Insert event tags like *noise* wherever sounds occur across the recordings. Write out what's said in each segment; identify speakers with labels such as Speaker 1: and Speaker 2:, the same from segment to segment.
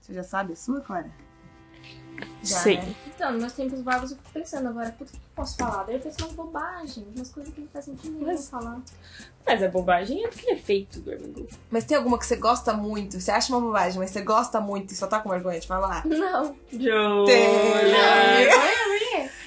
Speaker 1: Você já sabe a sua, Clara?
Speaker 2: Já,
Speaker 3: Sei.
Speaker 2: né?
Speaker 4: Então, nos meus tempos vagos eu fico pensando agora, puta, o que eu posso falar? Daí eu penso umas bobagens, umas coisas que não fazem sentido nenhum
Speaker 2: Mas-
Speaker 3: *laughs*
Speaker 4: falar.
Speaker 3: Mas a bobagem é porque é feito do Armando.
Speaker 2: Mas tem alguma que você gosta muito? Você acha uma bobagem, mas você gosta muito e só tá com vergonha de falar?
Speaker 4: Não.
Speaker 3: Joia!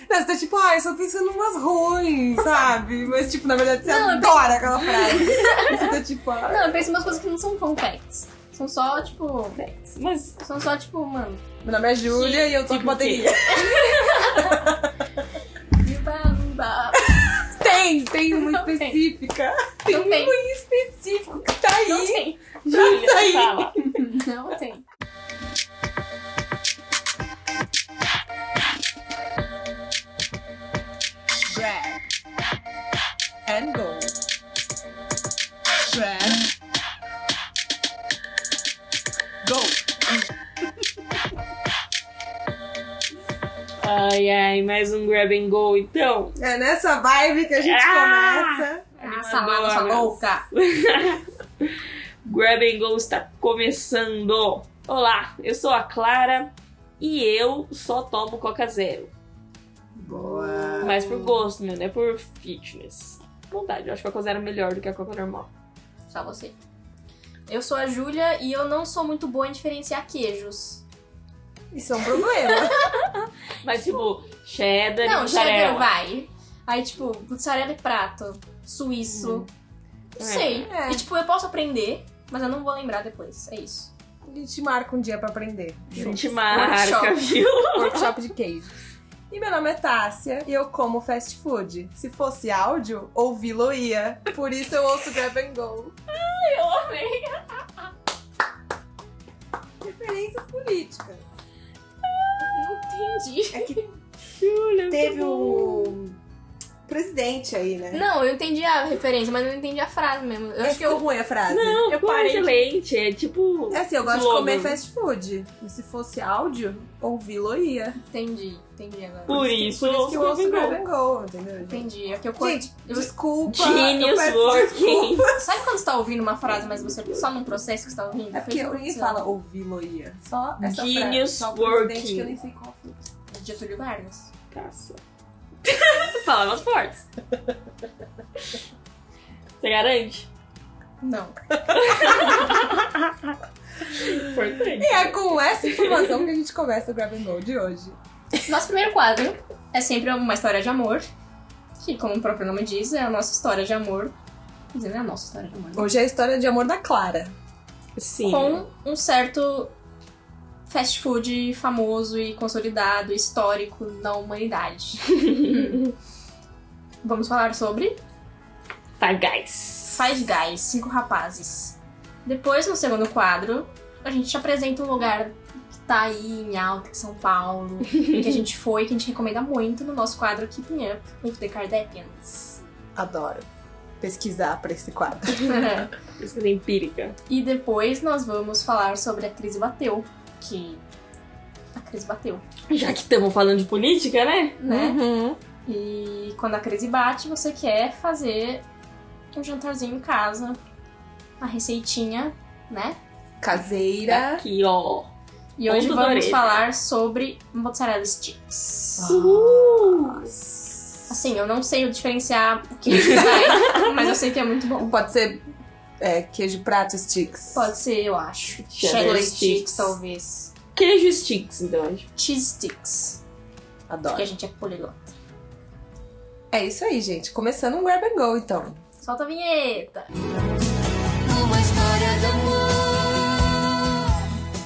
Speaker 2: Não, você tá tipo, ah, eu só pensando em umas ruins, sabe? Mas, tipo, na verdade, você
Speaker 4: Não, eu
Speaker 2: adora aquela frase. você tá tipo, ah,
Speaker 4: Não, eu penso em umas coisas que não são fun facts. São só, tipo. Facts.
Speaker 3: Mas
Speaker 4: São só, tipo, mano.
Speaker 2: meu nome é Júlia e eu toco
Speaker 3: Tipo o quê?
Speaker 2: bateria.
Speaker 4: biba, biba.
Speaker 2: Tem, tem uma
Speaker 4: Não tem.
Speaker 2: específica.
Speaker 4: Não tem.
Speaker 2: Específico que tá aí.
Speaker 4: Não tem.
Speaker 2: Isso aí.
Speaker 3: Júlia, fala.
Speaker 4: *laughs* Não tem.
Speaker 2: Grab and go. Grab. Go.
Speaker 3: Ai, ai, mais um grab and go, então.
Speaker 2: É nessa vibe que a gente
Speaker 3: Ah!
Speaker 2: começa.
Speaker 3: Animadora.
Speaker 2: louca.
Speaker 3: *laughs* Grab and Go está começando! Olá, eu sou a Clara e eu só tomo Coca Zero.
Speaker 1: Boa.
Speaker 3: Mas por gosto, meu, não é por fitness. Vontade, eu acho que a Coca Zero é melhor do que a Coca normal.
Speaker 4: Só você. Eu sou a Júlia e eu não sou muito boa em diferenciar queijos.
Speaker 2: Isso é um problema.
Speaker 3: Mas tipo, cheddar e
Speaker 4: não, cheddar
Speaker 3: mussarela.
Speaker 4: vai. Aí, tipo, mussarela e prato. Suíço. Não
Speaker 3: É.
Speaker 4: sei.
Speaker 2: É.
Speaker 4: E, tipo, eu posso aprender, mas eu não vou lembrar depois. É isso.
Speaker 2: A gente marca um dia pra aprender. Um
Speaker 3: A gente marca,
Speaker 4: Workshop.
Speaker 3: viu?
Speaker 2: Workshop de queijo. E meu nome é Tássia e eu como fast food. Se fosse áudio, ouvi-lo ia. Por isso eu ouço Grab and Go.
Speaker 3: Eu amei.
Speaker 2: Referências políticas.
Speaker 4: Entendi.
Speaker 2: É que
Speaker 3: Júlia,
Speaker 2: teve
Speaker 3: que bom.
Speaker 2: um presidente aí, né?
Speaker 4: Não, eu entendi a referência, mas não entendi a frase mesmo. Eu acho que eu.
Speaker 2: ruim a frase.
Speaker 3: É Não,
Speaker 2: eu
Speaker 3: ficou
Speaker 2: parei. de-
Speaker 3: excelente. É tipo.
Speaker 2: É assim, eu gosto
Speaker 3: slogan.
Speaker 2: de comer fast food. E se fosse áudio, ouvi-lo ia.
Speaker 4: Entendi, entendi agora.
Speaker 3: Por isso,
Speaker 2: Por isso que eu ouço
Speaker 3: Grab
Speaker 2: grab
Speaker 3: and
Speaker 2: and go, entendeu? gente?
Speaker 4: Entendi. É que eu corto.
Speaker 2: Gente, desculpa.
Speaker 3: Go.
Speaker 2: eu
Speaker 3: Genius
Speaker 2: peço
Speaker 3: working.
Speaker 2: desculpa.
Speaker 4: Sabe quando você tá ouvindo uma frase, mas você só num processo que você tá ouvindo?
Speaker 2: É porque
Speaker 4: Foi isso
Speaker 2: ninguém
Speaker 4: que aconteceu.
Speaker 2: fala ouvi-lo ia. Só essa frase.
Speaker 3: Genius
Speaker 2: Só o presidente
Speaker 3: working.
Speaker 2: que eu nem sei qual é. foi.
Speaker 4: Getúlio Vargas.
Speaker 3: Caça. *laughs* Palavras fortes. Você garante?
Speaker 4: Não.
Speaker 3: Importante.
Speaker 2: E é com essa informação que a gente começa o Grab and Go de hoje.
Speaker 4: Nosso primeiro quadro é sempre uma história de amor. Que, como o próprio nome diz, é a nossa história de amor. Quer dizer, não é a nossa história de amor. né?
Speaker 2: Hoje é a história de amor da Clara.
Speaker 3: Sim.
Speaker 4: com um certo fast food famoso e consolidado, histórico na humanidade. Vamos falar sobre
Speaker 3: Five Guys.
Speaker 4: Five Guys, cinco rapazes. Depois, no segundo quadro, a gente apresenta um lugar que tá aí em alta, em São Paulo, que a gente foi, que a gente recomenda muito no nosso quadro Keeping Up with the Kardashians.
Speaker 2: Adoro pesquisar pra esse quadro.
Speaker 3: Pesquisa é empírica.
Speaker 4: E depois nós vamos falar sobre a Cris Bateu, que a Cris Bateu.
Speaker 3: Já que estamos falando de política, né?
Speaker 4: né? E quando a crise bate, você quer fazer um jantarzinho em casa, uma receitinha, né?
Speaker 2: Caseira.
Speaker 3: Aqui, ó.
Speaker 4: E hoje
Speaker 3: Ponto da
Speaker 4: vamos
Speaker 3: orelha.
Speaker 4: falar sobre mozzarella sticks.
Speaker 3: Uhum.
Speaker 4: Uhum.
Speaker 3: Uhul.
Speaker 4: Assim, eu não sei diferenciar o que
Speaker 3: *laughs*
Speaker 4: vai, mas eu sei que é muito bom.
Speaker 2: Pode ser é, queijo prato sticks.
Speaker 4: Pode ser, eu acho.
Speaker 3: Cheddar
Speaker 4: Cheddar
Speaker 3: sticks.
Speaker 4: sticks, talvez.
Speaker 3: Queijo sticks, então. acho.
Speaker 4: Cheese sticks, porque
Speaker 2: Adoro.
Speaker 4: a gente é poliglota.
Speaker 2: É isso aí, gente. Começando um grab and go, então.
Speaker 4: Solta a vinheta!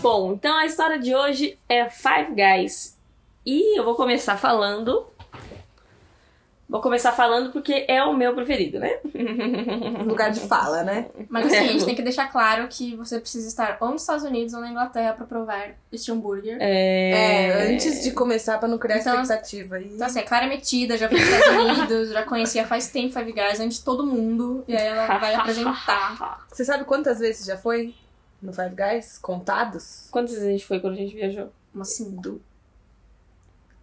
Speaker 3: Bom, então a história de hoje é Five Guys. E eu vou começar falando. Vou começar falando porque é o meu preferido, né?
Speaker 2: Um Lugar de fala, né?
Speaker 4: Mas assim, a gente tem que deixar claro que você precisa estar ou nos Estados Unidos ou na Inglaterra pra provar este hambúrguer.
Speaker 2: É, antes de começar, pra não criar
Speaker 4: Então,
Speaker 2: expectativa. E...
Speaker 4: Então, assim, a Clara é metida, já foi nos Estados Unidos, já conhecia faz tempo Five Guys antes de todo mundo. E aí ela
Speaker 3: *laughs*
Speaker 4: vai apresentar.
Speaker 2: Você sabe quantas vezes já foi no Five Guys? Contados?
Speaker 3: Quantas vezes a gente foi quando a gente viajou?
Speaker 4: Umas cinco.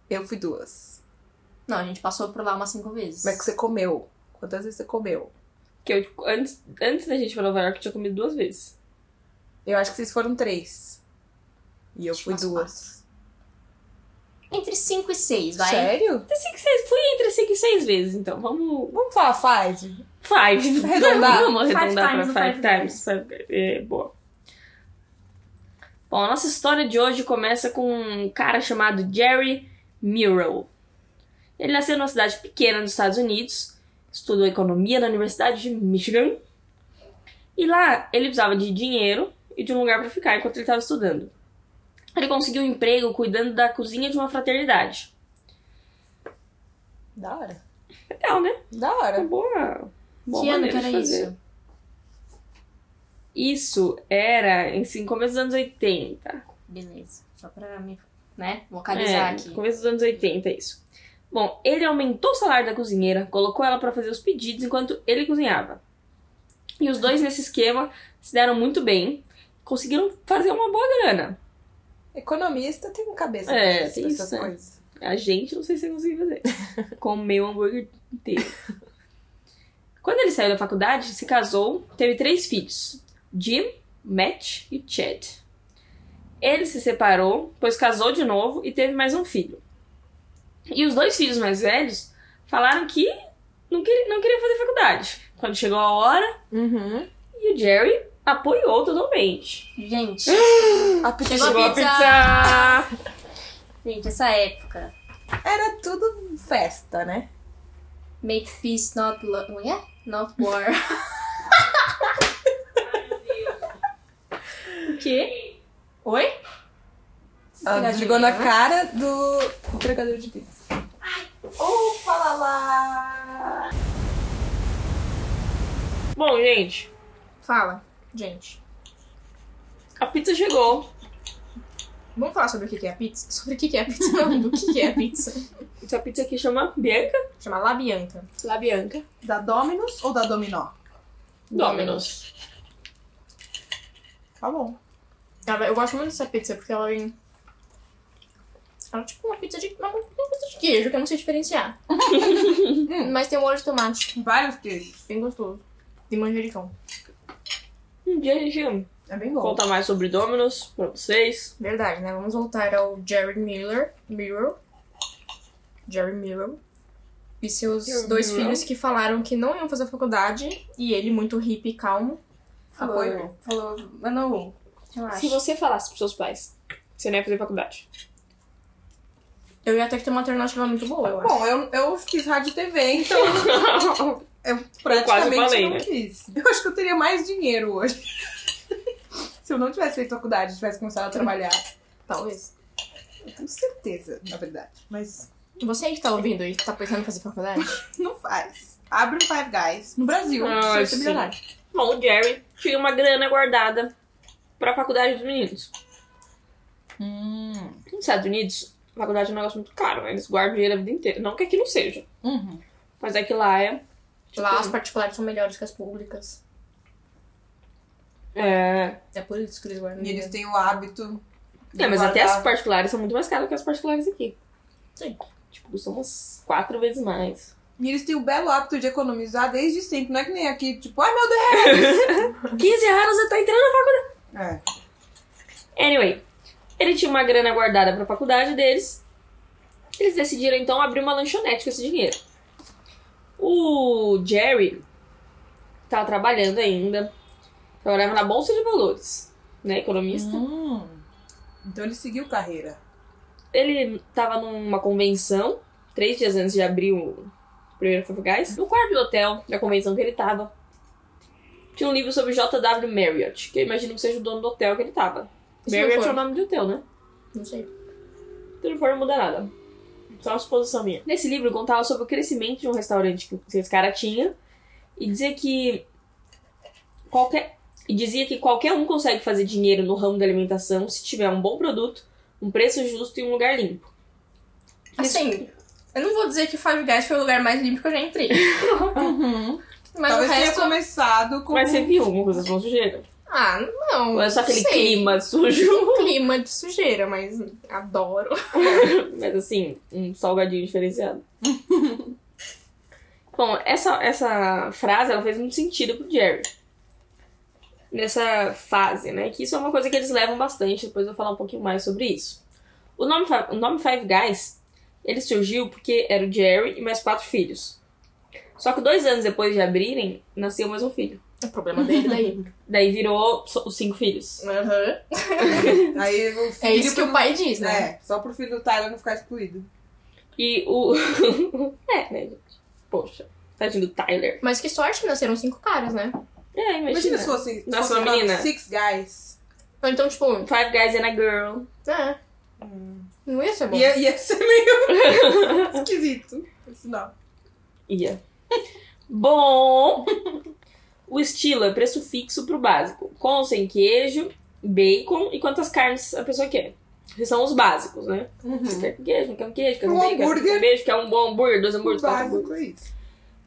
Speaker 2: Eu fui duas.
Speaker 4: Não, a gente passou por lá umas cinco vezes.
Speaker 2: Como é que você comeu? Quantas vezes você comeu?
Speaker 3: Que eu, tipo, antes, antes da gente ir pra Nova York, eu tinha comido duas vezes.
Speaker 2: Eu acho que vocês foram três. E eu
Speaker 4: Acho
Speaker 2: fui
Speaker 4: fácil,
Speaker 2: duas.
Speaker 4: Entre 5 e 6, vai.
Speaker 2: Sério?
Speaker 3: Entre cinco e seis- Fui entre 5 e 6 vezes, então vamos.
Speaker 2: Vamos falar five?
Speaker 4: *laughs*
Speaker 3: Five.
Speaker 2: Arredondar.
Speaker 3: Vamos arredondar
Speaker 4: Five times
Speaker 3: pra
Speaker 4: ou
Speaker 3: five
Speaker 4: five
Speaker 3: times. Five- É, boa. Bom, a nossa história de hoje começa com um cara chamado Jerry Murrow. Ele nasceu numa cidade pequena nos Estados Unidos, estudou economia na Universidade de Michigan. E lá ele precisava de dinheiro e de um lugar pra ficar enquanto ele estava estudando. Ele conseguiu um emprego cuidando da cozinha de uma fraternidade.
Speaker 2: Da hora.
Speaker 3: Legal, né?
Speaker 2: Da
Speaker 3: É
Speaker 2: hora.
Speaker 3: boa. boa
Speaker 4: que ano
Speaker 3: maneira
Speaker 4: que era
Speaker 3: de fazer.
Speaker 4: isso?
Speaker 3: Isso era em assim, começo dos anos 80.
Speaker 4: Beleza. Só pra me, né,
Speaker 3: É,
Speaker 4: localizar aqui.
Speaker 3: Começo dos anos 80, isso. Bom, ele aumentou o salário da cozinheira, colocou ela pra fazer os pedidos enquanto ele cozinhava. E os dois nesse esquema se deram muito bem, conseguiram fazer uma boa grana.
Speaker 2: Economista tem um cabeça
Speaker 3: É,
Speaker 2: pra
Speaker 3: tem
Speaker 2: essas
Speaker 3: isso, né?
Speaker 2: coisas.
Speaker 3: A gente, não sei se eu consegui fazer.
Speaker 4: *laughs*
Speaker 3: Comeu o hambúrguer inteiro. Quando ele saiu da faculdade, se casou, teve três filhos: Jim, Matt e Chad. Ele se separou, pois casou de novo e teve mais um filho. E os dois filhos mais velhos falaram que não queriam, não queriam fazer faculdade. Quando chegou a hora,
Speaker 2: Uhum.
Speaker 3: e o Jerry apoiou totalmente.
Speaker 4: Gente,
Speaker 3: Ah!
Speaker 2: A pizza
Speaker 4: Chegou a pizza!
Speaker 3: pizza!
Speaker 4: gente, essa época.
Speaker 2: era tudo festa, né?
Speaker 4: Make peace, not love. Não é? Not
Speaker 3: *laughs*
Speaker 4: war. o quê? Oi?
Speaker 2: Ela
Speaker 4: Pegadinha,
Speaker 2: jogou Ah, na
Speaker 4: né?
Speaker 2: cara do entregador de pizza. Ai, opa lá lá!
Speaker 3: Bom, gente,
Speaker 4: Fala, gente.
Speaker 3: a pizza chegou.
Speaker 4: Vamos falar sobre o que que é a pizza? Sobre o que que é a pizza? *laughs* Não, do que que é a pizza.
Speaker 3: Essa pizza aqui chama Bianca.
Speaker 4: Chama La Bianca.
Speaker 3: La Bianca.
Speaker 2: Da Dominus ou da Dominó?
Speaker 3: Dominos.
Speaker 2: Tá bom.
Speaker 4: Ela- Eu gosto muito dessa pizza porque ela vem. Ela é tipo uma pizza de. Uma uma pizza de queijo que eu não sei diferenciar. Hum, Mas tem um molho de tomate,
Speaker 2: Vários queijos.
Speaker 4: bem gostoso. E manjericão.
Speaker 3: Um dia a gente
Speaker 2: É bem bom.
Speaker 3: conta mais sobre Dominos pra vocês.
Speaker 4: Verdade, né? Vamos voltar ao Jerry Miller. Miller. Jerry Miller. E seus
Speaker 3: Jerry
Speaker 4: dois
Speaker 3: Miller.
Speaker 4: filhos que falaram que não iam fazer faculdade. E ele, muito hippie e calmo,
Speaker 2: Falou.
Speaker 4: apoiou. Falou, mano, relaxa.
Speaker 3: você falasse pros seus pais, você não ia fazer faculdade.
Speaker 4: Eu ia ter que ter uma alternativa muito boa, eu acho.
Speaker 2: Bom, eu, eu fiz rádio e TV,
Speaker 3: *laughs*
Speaker 2: então *laughs* eu praticamente
Speaker 3: falei,
Speaker 2: não
Speaker 3: né?
Speaker 2: quis. Eu acho que eu teria mais dinheiro hoje. *laughs* Se eu não tivesse feito faculdade, e tivesse começado a trabalhar.
Speaker 4: Talvez.
Speaker 2: Eu tenho certeza, na verdade. Mas
Speaker 4: Você aí que tá ouvindo e tá pensando em fazer faculdade?
Speaker 2: não faz. Abre um Five Guys no Brasil.
Speaker 3: Ah,
Speaker 2: você vai ser
Speaker 3: sim.
Speaker 2: milionário.
Speaker 3: Bom, o Jerry tinha uma grana guardada pra faculdade dos meninos.
Speaker 2: Hum.
Speaker 3: Nos Estados Unidos, a faculdade é um negócio muito caro, né? Eles guardam dinheiro a vida inteira. Não que aqui não seja,
Speaker 2: Uhum.
Speaker 3: mas é que lá é. tipo,
Speaker 4: Lá as particulares são melhores que as públicas.
Speaker 3: É.
Speaker 4: É por isso que eles guardam.
Speaker 2: E eles
Speaker 4: dinheiro.
Speaker 2: têm o hábito. de
Speaker 3: É, mas até as
Speaker 2: guardar-
Speaker 3: particulares são muito mais caras que as particulares aqui.
Speaker 4: Sim.
Speaker 3: Tipo, custam umas quatro vezes mais.
Speaker 2: E eles têm o belo hábito de economizar desde sempre. Não é que nem aqui, tipo, ai meu Deus.
Speaker 3: 15 anos você tá entrando
Speaker 2: É.
Speaker 3: Anyway, ele tinha uma grana guardada pra faculdade deles. Eles decidiram então abrir uma lanchonete com esse dinheiro. O Jerry tava trabalhando ainda. Trabalhava na Bolsa de Valores, né? Economista.
Speaker 4: Hum.
Speaker 2: Então ele seguiu carreira.
Speaker 3: Ele tava numa convenção, três dias antes de abrir o primeiro Five Guys. No quarto do hotel da convenção que ele tava, tinha um livro sobre J.W. Marriott, que eu imagino que seja o dono do hotel que ele tava.
Speaker 4: Isso não
Speaker 3: Marriott
Speaker 4: foi.
Speaker 3: é o nome de hotel, né?
Speaker 4: Não sei.
Speaker 3: De não forma, não muda nada. Só uma suposição minha. Nesse livro contava sobre o crescimento de um restaurante que esse cara tinha e dizia que qualquer e dizia que qualquer um consegue fazer dinheiro no ramo da alimentação se tiver um bom produto, um preço justo e um lugar limpo.
Speaker 4: Assim, eu não vou dizer que Five Guys foi o lugar mais limpo que eu já *laughs* entrei. Uhum. Mas
Speaker 2: Talvez
Speaker 4: o
Speaker 2: tenha
Speaker 4: resto.
Speaker 2: começado com.
Speaker 3: Mas você viu alguma coisa com sujeira?
Speaker 4: Ah, não.
Speaker 3: Ou é só aquele
Speaker 4: sei.
Speaker 3: clima sujo?
Speaker 4: Um *laughs* clima de sujeira, mas adoro. *laughs*
Speaker 3: Mas assim, um salgadinho diferenciado. *laughs* Bom, essa, essa frase ela fez muito sentido pro Jerry. nessa fase, né? Que isso é uma coisa que eles levam bastante, depois eu vou falar um pouquinho mais sobre isso. O nome, Fi- o nome Five Guys, ele surgiu porque era o Jerry e mais quatro filhos. Só que dois anos depois de abrirem, nasceu mais um filho.
Speaker 4: É problema dele daí.
Speaker 3: Daí virou so- os cinco filhos.
Speaker 2: Aham. *laughs* Aí o filho.
Speaker 4: É isso que
Speaker 2: pro-
Speaker 4: o pai diz,
Speaker 2: É,
Speaker 4: né?
Speaker 2: só pro filho do Tyler não ficar excluído.
Speaker 3: E o. *laughs* é, né, gente? Poxa. Tadinho do Tyler.
Speaker 4: Mas que sorte que nasceram cinco caras, né?
Speaker 3: É, imagina.
Speaker 2: Imagina se fosse, se
Speaker 3: Da
Speaker 2: fosse
Speaker 3: sua
Speaker 2: o nome
Speaker 3: menina.
Speaker 2: Six Guys.
Speaker 4: Ou então, tipo,
Speaker 3: Five Guys and a Girl.
Speaker 4: é. Não ia ser É bom.
Speaker 2: Ia, ia ser meio
Speaker 4: *laughs*
Speaker 2: esquisito. Esse nome.
Speaker 3: Ia. *laughs* Bom, o estilo é preço fixo pro básico, com ou sem queijo, bacon e quantas carnes a pessoa quer. Que são os básicos, né? Você quer
Speaker 4: Uhum.
Speaker 3: com queijo, não quer com queijo, quer com
Speaker 2: Um
Speaker 3: bacon, quer
Speaker 2: hambúrguer.
Speaker 3: com beijo, quer um bom hambúrguer, dois
Speaker 2: O
Speaker 3: hambúrgueres, quatro hambúrgueres.
Speaker 2: básico é isso.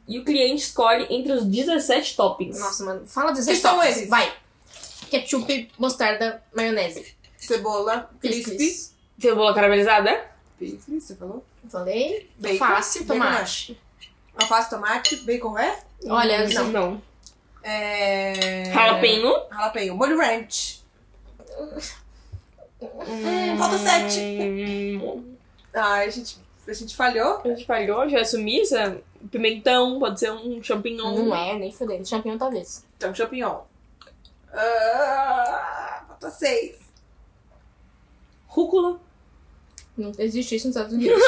Speaker 3: E o cliente escolhe entre os 17 toppings.
Speaker 4: Nossa, mano, fala 17
Speaker 2: Que são
Speaker 4: toppings.
Speaker 2: eles?
Speaker 4: Vai. Ketchup, mostarda, maionese.
Speaker 2: Cebola, crispy.
Speaker 4: Picles.
Speaker 3: Cebola caramelizada,
Speaker 2: Picles, você falou?
Speaker 4: Falei.
Speaker 2: Bacon.
Speaker 4: Fácil,
Speaker 2: Bacon
Speaker 4: tomate.
Speaker 2: é. Alface, tomate, bacon é?
Speaker 4: Olha,
Speaker 3: não. não.
Speaker 2: É...
Speaker 3: Jalapeno.
Speaker 2: Jalapeno. Molho ranch.
Speaker 3: Hum,
Speaker 2: falta sete.
Speaker 3: hum,
Speaker 2: Ai, a gente, a gente falhou.
Speaker 3: a gente falhou, já assumi isso. é Pimentão, pode ser um champignon.
Speaker 4: Não é, nem fudendo. Champignon talvez.
Speaker 2: Então, champignon. Ah, falta seis.
Speaker 3: Rúcula.
Speaker 4: Não existe isso nos *laughs* Estados Unidos.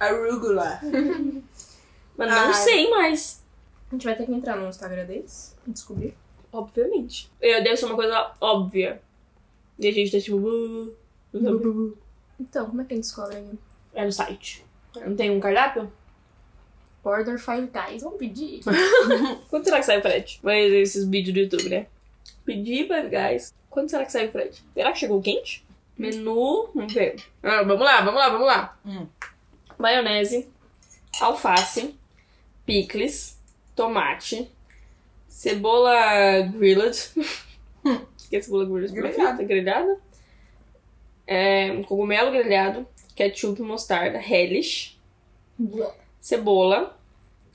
Speaker 2: Arugula.
Speaker 3: Mas não
Speaker 2: Ai.
Speaker 3: sei mais.
Speaker 4: A gente vai ter que entrar no Instagram deles e descobrir.
Speaker 3: Obviamente. Eu, É, deve ser uma coisa óbvia. E a gente tá tipo. "Uh, não sabe."
Speaker 4: Então, como é que a gente descobre aí?
Speaker 3: É no site. Não tem um cardápio?
Speaker 4: Order Five Guys, vamos pedir.
Speaker 3: Quanto será que sai o frete? Vai ver esses vídeos do YouTube, né? Pedi para guys. Quanto será que sai o frete? Será que chegou quente? Menu. Vamos ver. Ah, vamos lá, vamos lá, vamos lá.
Speaker 2: Hum.
Speaker 3: Maionese, alface, picles, tomate, cebola grilled. *laughs* que é cebola grilled?
Speaker 2: Grelhada.
Speaker 3: Grelhada. Grelhada. É, um cogumelo grelhado, ketchup, mostarda, relish, cebola,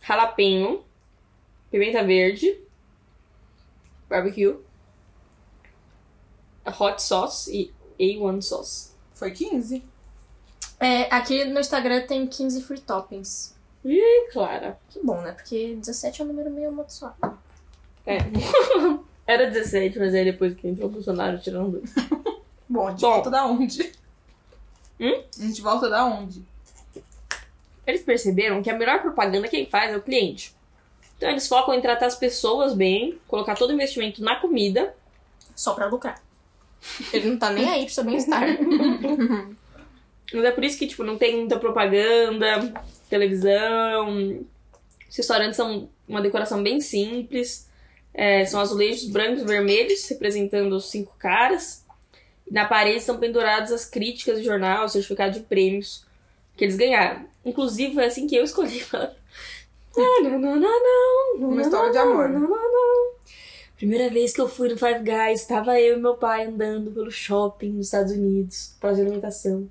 Speaker 3: jalapeno, pimenta verde, barbecue, hot sauce e A1 sauce.
Speaker 2: Foi 15.
Speaker 4: É, aqui no Instagram tem 15 free toppings.
Speaker 3: Ih, Clara.
Speaker 4: Que bom, né? Porque 17 é um número meio amaldiçoado.
Speaker 3: É. *laughs* Era 17, mas aí depois que entrou o Bolsonaro tiraram dois.
Speaker 2: Bom, a gente
Speaker 3: Bom.
Speaker 2: volta da onde?
Speaker 3: Hum?
Speaker 2: A gente volta da onde?
Speaker 3: Eles perceberam que a melhor propaganda quem faz é o cliente. Então eles focam em tratar as pessoas bem, colocar todo o investimento na comida.
Speaker 4: Só pra lucrar. Ele não tá nem aí pro seu bem-estar.
Speaker 3: Mas é por isso que, tipo, não tem muita propaganda, televisão. Os restaurantes são uma decoração bem simples. É, são azulejos brancos e vermelhos, representando os cinco caras. Na parede estão penduradas as críticas de jornal, certificado de prêmios que eles ganharam. Inclusive, foi assim que eu escolhi. *laughs* não, não, não, não, não,
Speaker 2: Uma história de amor.
Speaker 3: Não, não, não. Primeira vez que eu fui no Five Guys, estava eu e meu pai andando pelo shopping nos Estados Unidos, para de alimentação.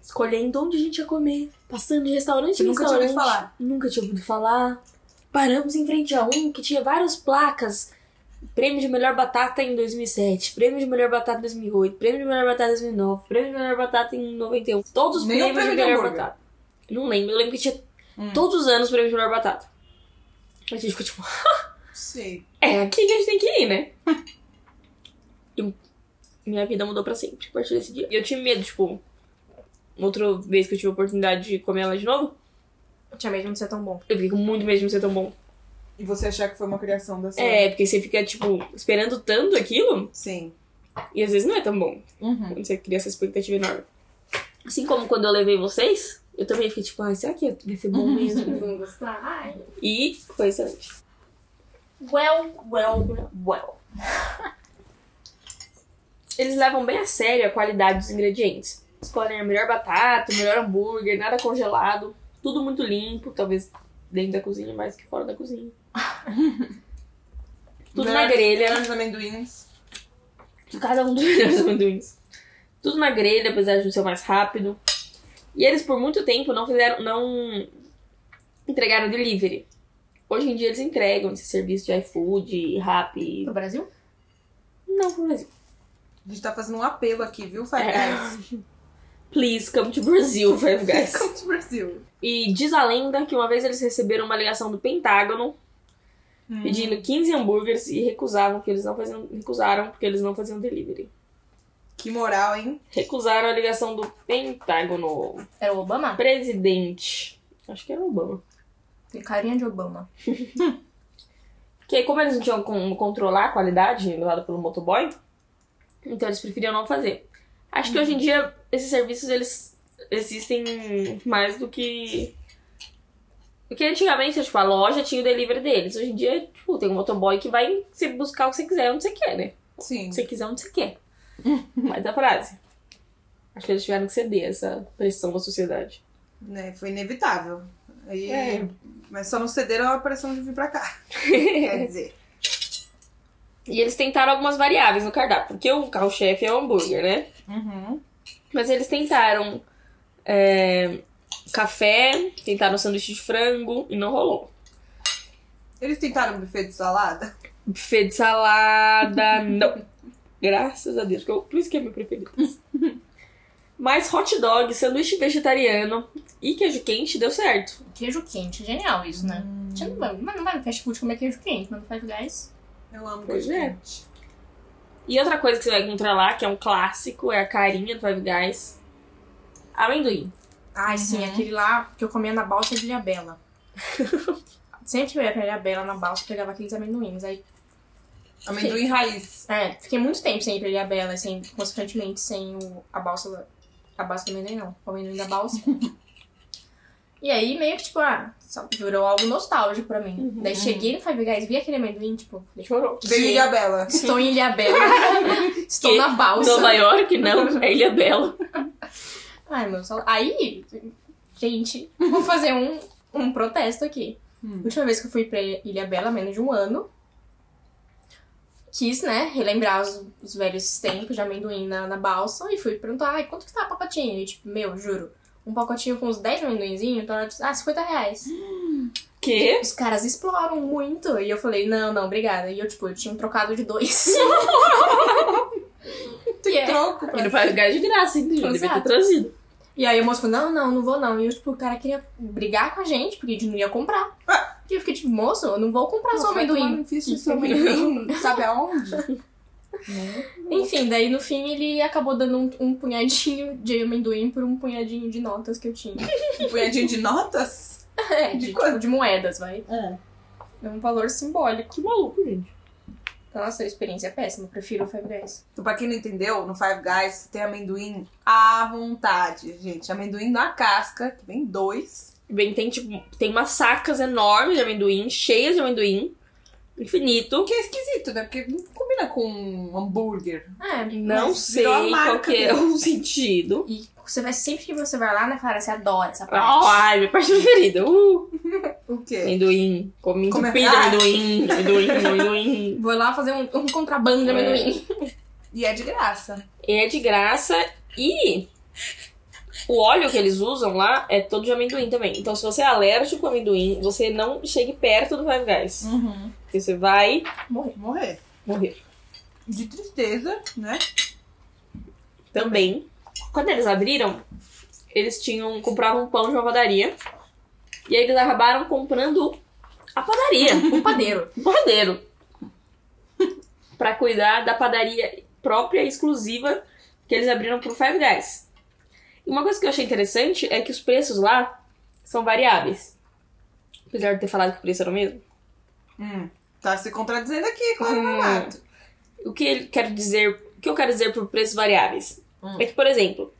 Speaker 3: Escolhendo onde a gente ia comer, passando de restaurante
Speaker 2: Você
Speaker 3: em
Speaker 2: nunca tinha
Speaker 3: restaurante.
Speaker 2: ouvido falar.
Speaker 3: Nunca tinha ouvido falar. Paramos em frente a um que tinha várias placas. Prêmio de melhor batata em 2007, prêmio de melhor batata em 2008, prêmio de melhor batata em 2009, prêmio de melhor batata em 91. Todos os
Speaker 2: Nenhum
Speaker 3: prêmios de
Speaker 2: prêmio de
Speaker 3: melhor
Speaker 2: hambúrguer.
Speaker 3: batata. Não lembro, eu lembro que tinha
Speaker 2: Hum.
Speaker 3: todos os anos prêmio de melhor batata. A gente ficou tipo,
Speaker 2: Sei.
Speaker 3: é aqui que a gente tem que ir, né? *laughs* e minha vida mudou pra sempre a partir desse dia. E eu tinha medo, tipo, outra vez que eu tive a oportunidade de comer ela de novo,
Speaker 4: *laughs* Tinha medo de não ser tão bom.
Speaker 3: eu fiquei com muito medo de não ser tão bom.
Speaker 2: E você achar que foi uma criação da sua?
Speaker 3: É, porque você fica, tipo, esperando tanto aquilo,
Speaker 2: Sim.
Speaker 3: e às vezes não é tão bom
Speaker 2: Uhum.
Speaker 3: quando você cria essa expectativa é enorme. Assim como quando eu levei vocês, eu também fiquei tipo, ai, será que vai ser bom mesmo?
Speaker 4: Vão gostar? Ai.
Speaker 3: Uhum. *laughs* e foi excelente.
Speaker 4: Well, well, well.
Speaker 3: Well. Eles levam bem a sério a qualidade dos ingredientes. Escolhem a melhor batata, o melhor hambúrguer, nada congelado, tudo muito limpo, talvez dentro da cozinha mais que fora da cozinha. tudo na grelha.
Speaker 2: Melhores amendoins.
Speaker 3: Cada um dos *laughs* melhores amendoins. Tudo na grelha, apesar de não ser o mais rápido. E eles, por muito tempo, não fizeram. não entregaram delivery. Hoje em dia eles entregam esse serviço de iFood, Rappi.
Speaker 4: No Brasil?
Speaker 3: Não, pro Brasil.
Speaker 2: A gente tá fazendo um apelo aqui, viu, Five
Speaker 3: É.
Speaker 2: *laughs* Guys?
Speaker 3: Please come to Brazil, Five Guys.
Speaker 2: Come to Brasil.
Speaker 3: E diz a lenda que uma vez eles receberam uma ligação do Pentágono pedindo 15 hambúrgueres e recusavam que eles não faziam, recusaram porque eles não faziam delivery.
Speaker 2: Que moral, hein?
Speaker 3: Recusaram a ligação do Pentágono.
Speaker 4: Era o Obama?
Speaker 3: Presidente. Acho que era o Obama.
Speaker 4: Tem carinha de Obama.
Speaker 3: Porque aí, como eles não tinham como controlar a qualidade levada pelo motoboy, então eles preferiam não fazer. Acho que hoje em dia esses serviços eles existem mais do que porque antigamente, tipo, a loja tinha o delivery deles. Hoje em dia, tipo, tem um motoboy que vai você buscar o que você quiser onde você quer, né?
Speaker 2: Sim.
Speaker 3: Se você quiser onde você quer. Mais a frase. Acho que eles tiveram que ceder essa pressão da sociedade.
Speaker 2: Né, foi inevitável. E-
Speaker 3: É.
Speaker 2: Mas só não cederam a pressão de vir pra cá. Quer dizer.
Speaker 3: E eles tentaram algumas variáveis no cardápio, porque o carro-chefe é o hambúrguer, né?
Speaker 2: Uhum.
Speaker 3: Mas eles tentaram é, café, tentaram sanduíche de frango e não rolou.
Speaker 2: Eles tentaram um buffet de salada?
Speaker 3: Buffet de salada, não. Graças a Deus, que eu- por isso que é meu preferido. Mas hot dog, sanduíche vegetariano e queijo quente deu certo.
Speaker 4: Queijo quente, genial isso, né? Você não vai, mas não vai no fast food comer queijo quente, mas no Five Guys.
Speaker 2: Eu amo
Speaker 3: Pois
Speaker 2: queijo
Speaker 3: é.
Speaker 2: quente.
Speaker 3: E outra coisa que você vai encontrar lá, que é um clássico, é a carinha do Five Guys. Amendoim.
Speaker 4: Ai, sim, aquele lá que eu comia na balsa de *laughs* Ilhabela. Sempre que eu ia pra Ilhabela na balsa, eu pegava aqueles amendoins. Aí,
Speaker 2: Amendoim raiz.
Speaker 4: é, fiquei muito tempo sem ir pra Ilhabela, sem, consequentemente sem o, a balsa da- a balsa do amendoim, não. O amendoim da *laughs* balsa. e aí, meio que, tipo, ah, só virou algo nostálgico pra mim. Daí cheguei no Five Guys, vi aquele amendoim, tipo, falei,
Speaker 3: Chorou.
Speaker 2: Veio
Speaker 4: Que-
Speaker 2: de Bela.
Speaker 4: estou em Ilhabela. *laughs* estou
Speaker 3: Que
Speaker 4: na balsa.
Speaker 3: Nova York, não. É Ilha Bela.
Speaker 4: Ai, meu sal... Aí, gente, *laughs* vou fazer um, um protesto aqui.
Speaker 2: Hum.
Speaker 4: Última vez que eu fui pra Ilha Bela, menos de um ano. Quis, né, relembrar os, os velhos tempos de amendoim na, na balsa e fui perguntar, ai, quanto que tá a pacotinho? E tipo, meu, juro, um pacotinho com uns 10 amendoinzinhos, então ela disse, ah, 50 reais.
Speaker 3: Que?
Speaker 4: Os caras exploram muito. E eu falei, não, não, obrigada. E eu, tipo, eu tinha um trocado de dois. *laughs* Que é-
Speaker 2: Troco pra
Speaker 3: E não vai lugar de graça, hein, Júlia? Devia ter
Speaker 4: Exato.
Speaker 3: trazido.
Speaker 4: E aí o moço falou, não, não, não vou não. E eu, tipo, o cara queria brigar com a gente, porque a gente não ia comprar. E eu fiquei tipo, moço, eu não vou comprar só amendoim.
Speaker 2: Fiz seu amendoim, *laughs* sabe aonde?
Speaker 4: Enfim, daí no fim ele acabou dando um, um punhadinho de amendoim por um punhadinho de notas que eu tinha.
Speaker 2: Um punhadinho de notas?
Speaker 4: *laughs* É, de,
Speaker 2: De quanto?
Speaker 4: tipo, de moedas, vai.
Speaker 2: É.
Speaker 4: É um valor simbólico.
Speaker 3: Que maluco, gente.
Speaker 4: Nossa, a experiência é péssima, eu prefiro o Five Guys.
Speaker 2: Então, pra quem não entendeu, no Five Guys tem amendoim à vontade, gente. Amendoim na casca, que vem dois.
Speaker 3: Bem, tem, tipo, tem umas sacas enormes de amendoim, cheias de amendoim, infinito.
Speaker 2: O que é esquisito, né? Porque não combina com um hambúrguer.
Speaker 4: É,
Speaker 3: Não
Speaker 2: Mas
Speaker 3: sei
Speaker 2: virou a
Speaker 3: qual
Speaker 2: marca
Speaker 3: que é *laughs* o sentido.
Speaker 4: e você vai, sempre que você vai lá, né, Clara, você adora essa parte.
Speaker 3: Ai, minha parte preferida. Uh,
Speaker 2: O quê?
Speaker 3: amendoim. Comi
Speaker 2: Como é-
Speaker 3: entupido,
Speaker 2: Ah. *laughs*
Speaker 3: amendoim, amendoim, amendoim.
Speaker 4: Vou lá fazer um, um contrabando de
Speaker 3: É.
Speaker 4: amendoim. *laughs*
Speaker 2: E é de graça.
Speaker 3: É de graça e o óleo que eles usam lá é todo de amendoim também. Então, se você é alérgico a amendoim, você não chegue perto do Five Guys.
Speaker 2: Uhum.
Speaker 3: Porque você vai
Speaker 4: Morrer.
Speaker 2: Morrer.
Speaker 3: morrer.
Speaker 2: De tristeza, né?
Speaker 3: também. Quando eles abriram, eles tinham compravam um pão de uma padaria. E aí eles acabaram comprando a padaria,
Speaker 4: *laughs* Um padeiro.
Speaker 3: o padeiro. Pra cuidar da padaria própria e exclusiva que eles abriram pro Five Guys. E uma coisa que eu achei interessante é que os preços lá são variáveis. Apesar de ter falado que o preço era o mesmo.
Speaker 2: Hum. Tá se contradizendo aqui, claro,
Speaker 3: Hum.
Speaker 2: Renato.
Speaker 3: O que ele quer dizer, o que eu quero dizer por preços variáveis?
Speaker 2: Hum.
Speaker 3: É que, por exemplo,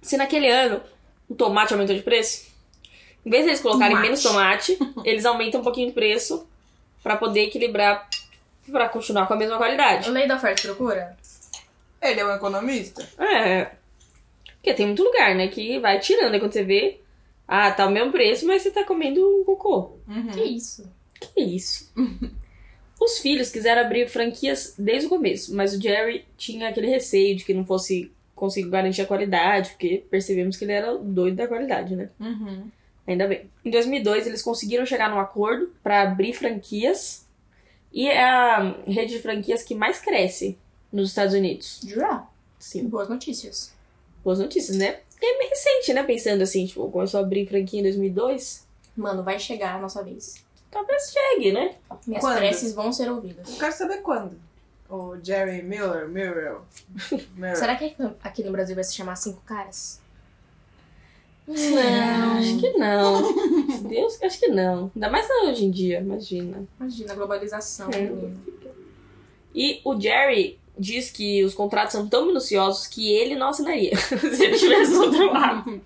Speaker 3: se naquele ano o tomate aumentou de preço, em vez de eles colocarem
Speaker 4: Tomate.
Speaker 3: menos tomate, eles aumentam um pouquinho o preço pra poder equilibrar pra continuar com a mesma qualidade.
Speaker 4: Lei da oferta e procura?
Speaker 2: Ele é um economista.
Speaker 3: É. Porque tem muito lugar, né, que vai tirando, aí quando você vê, ah, tá o mesmo preço, mas você tá comendo um cocô.
Speaker 2: Uhum.
Speaker 4: Que isso?
Speaker 3: Que isso? *laughs* Os filhos quiseram abrir franquias desde o começo, mas o Jerry tinha aquele receio de que não fosse conseguir garantir a qualidade, porque percebemos que ele era o doido da qualidade, né?
Speaker 2: Uhum.
Speaker 3: Ainda bem. Em 2002, eles conseguiram chegar num acordo para abrir franquias. E é a rede de franquias que mais cresce nos Estados Unidos.
Speaker 4: Jura?
Speaker 3: Sim.
Speaker 4: Boas notícias.
Speaker 3: Boas notícias, né? É meio recente, né? Pensando assim, tipo, começou a abrir franquia em 2002.
Speaker 4: Mano, vai chegar a nossa vez.
Speaker 3: Talvez chegue, né?
Speaker 4: Minhas
Speaker 2: Quando?
Speaker 4: preces vão ser ouvidas.
Speaker 2: Eu quero saber quando. O Jerry Miller, Muriel. Muriel.
Speaker 4: Será que aqui no Brasil vai se chamar Cinco Caras?
Speaker 3: Não. Acho que
Speaker 4: *laughs*
Speaker 3: não. Deus, acho que não. Ainda mais hoje em dia, imagina.
Speaker 4: Imagina a globalização.
Speaker 3: É.
Speaker 4: menino.
Speaker 3: E o Jerry diz que os contratos são tão minuciosos que ele não assinaria *laughs* se ele estivesse do outro lado.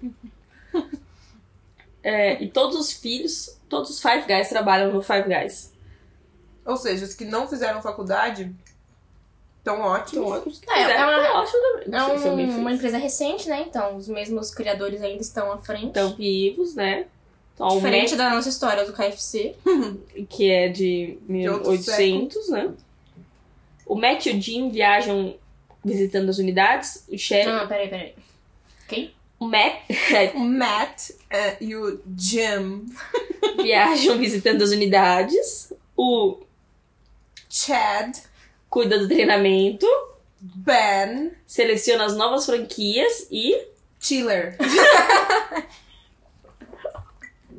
Speaker 3: É, e todos os filhos, todos os Five Guys trabalham no Five Guys.
Speaker 2: Ou seja, os que não fizeram faculdade estão
Speaker 3: Então,
Speaker 2: ótimos.
Speaker 3: olha, os que
Speaker 4: É,
Speaker 3: fizeram,
Speaker 4: é uma-
Speaker 3: eu acho também.
Speaker 4: É
Speaker 3: Não sei se eu me
Speaker 4: um- uma
Speaker 3: fiz.
Speaker 4: empresa recente, né? Então, os mesmos criadores ainda estão à frente.
Speaker 3: Estão vivos, né? Então, o
Speaker 4: Diferente da nossa história do KFC.
Speaker 3: Matt, que é de
Speaker 2: outro
Speaker 3: 1800, né? O Matt e o Jim viajam visitando as unidades. O
Speaker 2: É.
Speaker 3: Sherry,
Speaker 4: Não, Ah, peraí, peraí.
Speaker 3: o Matt
Speaker 2: O Matt eh, e o Jim
Speaker 3: *laughs* viajam é visitando as unidades. O
Speaker 2: Chad,
Speaker 3: cuida do treinamento,
Speaker 2: Ben,
Speaker 3: seleciona as novas franquias e.
Speaker 2: Chiller.
Speaker 3: Tyler!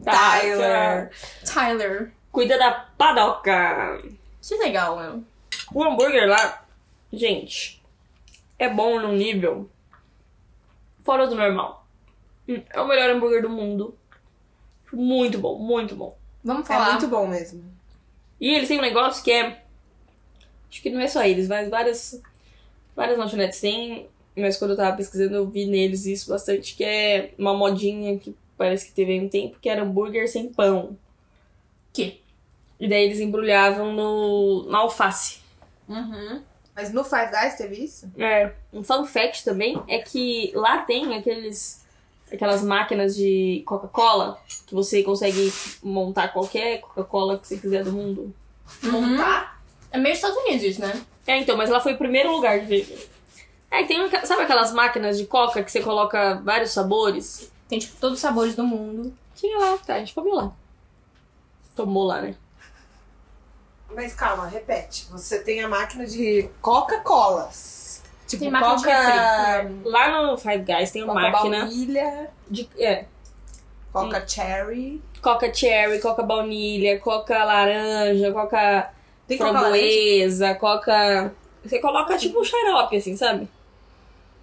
Speaker 2: Tyler.
Speaker 4: Tyler.
Speaker 3: Cuida da padoca!
Speaker 4: Que legal, né?
Speaker 3: O hambúrguer lá, gente, é bom num nível fora do normal. Hum, É o melhor hambúrguer do mundo. Muito bom, muito bom.
Speaker 4: Vamos
Speaker 2: É
Speaker 4: falar.
Speaker 2: muito bom mesmo.
Speaker 3: E eles têm um negócio que é. Acho que não é só eles, mas várias. Várias lanchonetes têm. Mas quando eu tava pesquisando, eu vi neles isso bastante, que é uma modinha que parece que teve aí um tempo, que era hambúrguer sem pão.
Speaker 4: Que?
Speaker 3: E daí eles embrulhavam no, na alface.
Speaker 2: Uhum. Mas no Five Guys teve isso?
Speaker 3: É. Um fun fact também é que lá tem aqueles, aquelas máquinas de Coca-Cola que você consegue montar qualquer Coca-Cola que você quiser do mundo.
Speaker 2: Uhum.
Speaker 4: Montar? Uhum. É meio Estados Unidos, isso, né?
Speaker 3: É, então, mas lá foi o primeiro lugar de vender. É, tem uma, sabe aquelas máquinas de coca que você coloca vários sabores?
Speaker 4: Tem, tipo, todos os sabores do mundo.
Speaker 3: Tinha lá, tá, a gente comeu lá. Tomou lá, né?
Speaker 2: Mas calma, repete. Você tem a máquina de Coca-Colas. Tipo,
Speaker 4: Tem máquina de
Speaker 2: Coca...
Speaker 4: refri,
Speaker 3: Lá no Five Guys tem uma
Speaker 2: Coca
Speaker 3: máquina
Speaker 2: baunilha,
Speaker 3: de é,
Speaker 2: Coca Cherry.
Speaker 3: coca cherry, coca baunilha, coca laranja, coca
Speaker 2: Tem Coca-Cola.
Speaker 3: framboesa, coca. Você coloca tipo um xarope, assim, sabe?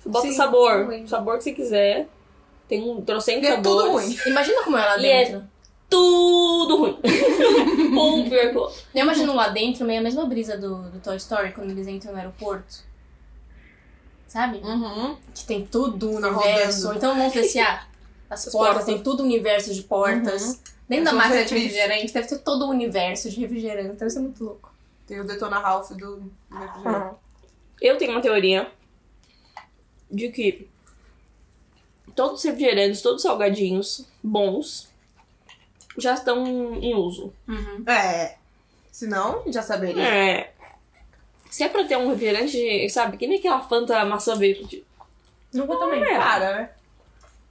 Speaker 3: Você bota
Speaker 2: Sim,
Speaker 3: sabor.
Speaker 2: sim.
Speaker 3: O sabor que você quiser. Tem um trocento de
Speaker 2: É tudo
Speaker 3: sabores.
Speaker 2: ruim.
Speaker 4: Imagina como é lá
Speaker 3: E
Speaker 4: dentro.
Speaker 3: Tudo ruim. *laughs* um pior que o outro.
Speaker 4: Eu imagino lá dentro meio a mesma brisa do, do Toy Story quando eles entram no aeroporto. Sabe?
Speaker 2: Uhum.
Speaker 4: Que tem todo o
Speaker 2: Tá
Speaker 4: universo.
Speaker 2: rodando.
Speaker 4: Então vamos ver se ah, as
Speaker 3: As
Speaker 4: portas
Speaker 3: portas.
Speaker 4: tem todo o universo de portas. Dentro da
Speaker 2: Os
Speaker 4: máquina de
Speaker 2: refris.
Speaker 4: refrigerante deve ter todo o universo de refrigerante. Deve ser muito louco.
Speaker 2: Tem o Detona Ralph do do refrigerante.
Speaker 3: Eu tenho uma teoria de que todos os refrigerantes, todos os salgadinhos bons já estão em uso.
Speaker 2: É. Se não, já saberia.
Speaker 3: É. Se é pra ter um refrigerante, sabe? Que nem aquela Fanta maçã verde.
Speaker 4: Nunca também.
Speaker 3: É.
Speaker 2: Cara, né?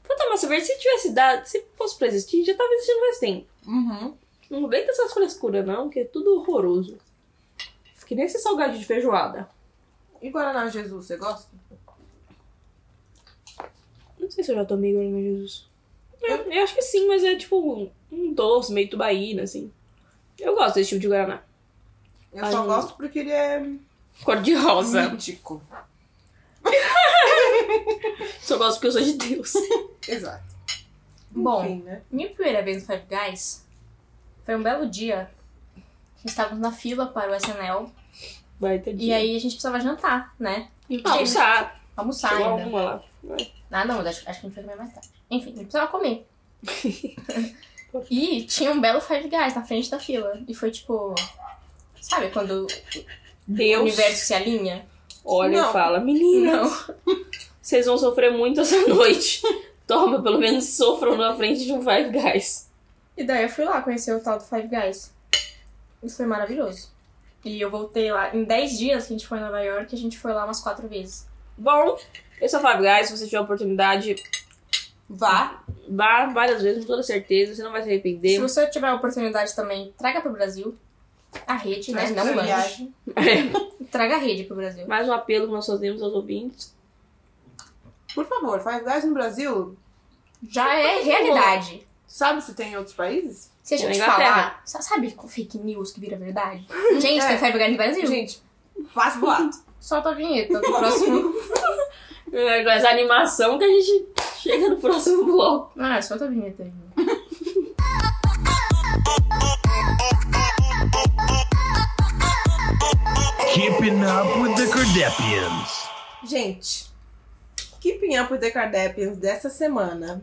Speaker 3: Fanta Massa Verde, se tivesse dado, se fosse pra existir, já tava existindo faz tempo.
Speaker 2: Uhum.
Speaker 3: Não vem dessas frescuras, não, que é tudo horroroso. Que nem esse salgadinho de feijoada.
Speaker 2: E Guaraná Jesus, você gosta?
Speaker 3: Não sei se eu já tomei Guaraná Jesus. Eu, eu acho que sim, mas é tipo um, um doce, meio tubaína, assim. Eu gosto desse tipo de Guaraná.
Speaker 2: Eu só
Speaker 3: Ai.
Speaker 2: gosto porque ele é
Speaker 3: Cor de
Speaker 2: Uhum.
Speaker 3: rosa.
Speaker 2: mítico.
Speaker 3: Só gosto porque eu sou de Deus.
Speaker 2: Exato.
Speaker 4: Bom.
Speaker 2: Enfim, né?
Speaker 4: Minha primeira vez no Five Guys foi um belo dia. Estávamos na fila para o SNL.
Speaker 3: Vai ter
Speaker 4: E aí a gente precisava jantar, né? E o
Speaker 3: Ah,
Speaker 4: que
Speaker 3: Almoçar.
Speaker 4: Almoçar
Speaker 3: Chegou
Speaker 4: tá
Speaker 3: né?
Speaker 4: ainda.
Speaker 3: alguma lá.
Speaker 4: Ah, não, mas acho, acho que a gente foi comer mais tarde. Enfim, ele precisava comer. e tinha um belo Five Guys na frente da fila. E foi tipo. Sabe quando o
Speaker 3: Deus
Speaker 4: universo se alinha?
Speaker 3: olha
Speaker 2: Não.
Speaker 3: e fala, menina,
Speaker 4: Não.
Speaker 3: vocês vão sofrer muito essa noite. *laughs* Toma, pelo menos sofram na frente de um Five Guys.
Speaker 4: E daí eu fui lá conhecer o tal do Five Guys. Isso foi maravilhoso. E eu voltei lá. Em 10 dias que a gente foi em Nova York, a gente foi lá umas 4 vezes.
Speaker 3: Bom, esse é o Five Guys. Se você tiver oportunidade,
Speaker 2: Vá.
Speaker 3: Vá várias vezes, com toda certeza, você não vai se
Speaker 4: Se
Speaker 3: arrepender.
Speaker 4: você tiver a oportunidade também, traga pro Brasil. A rede, né?
Speaker 2: Mas
Speaker 4: Não
Speaker 2: que
Speaker 4: o lanche.
Speaker 2: viagem.
Speaker 3: *laughs*
Speaker 4: Traga a rede pro Brasil.
Speaker 3: É, Mais um apelo que nós fazemos aos ouvintes.
Speaker 2: Por favor, faz viagem no Brasil.
Speaker 4: Já é realidade.
Speaker 2: Sabe se tem em outros países?
Speaker 4: Se a
Speaker 3: Na
Speaker 4: gente
Speaker 3: Inglaterra.
Speaker 4: falar, sa- sabe com fake news que vira verdade? Gente,
Speaker 2: É.
Speaker 4: tem fé vegana no Brasil.
Speaker 2: Gente, faz boato.
Speaker 4: Solta a vinheta do próximo.
Speaker 3: É, com essa animação que a gente chega no próximo bloco.
Speaker 4: *laughs* ah, solta a vinheta aí.
Speaker 5: Keeping up with the Kardashians.
Speaker 2: Gente, Keeping Up with the Kardashians dessa semana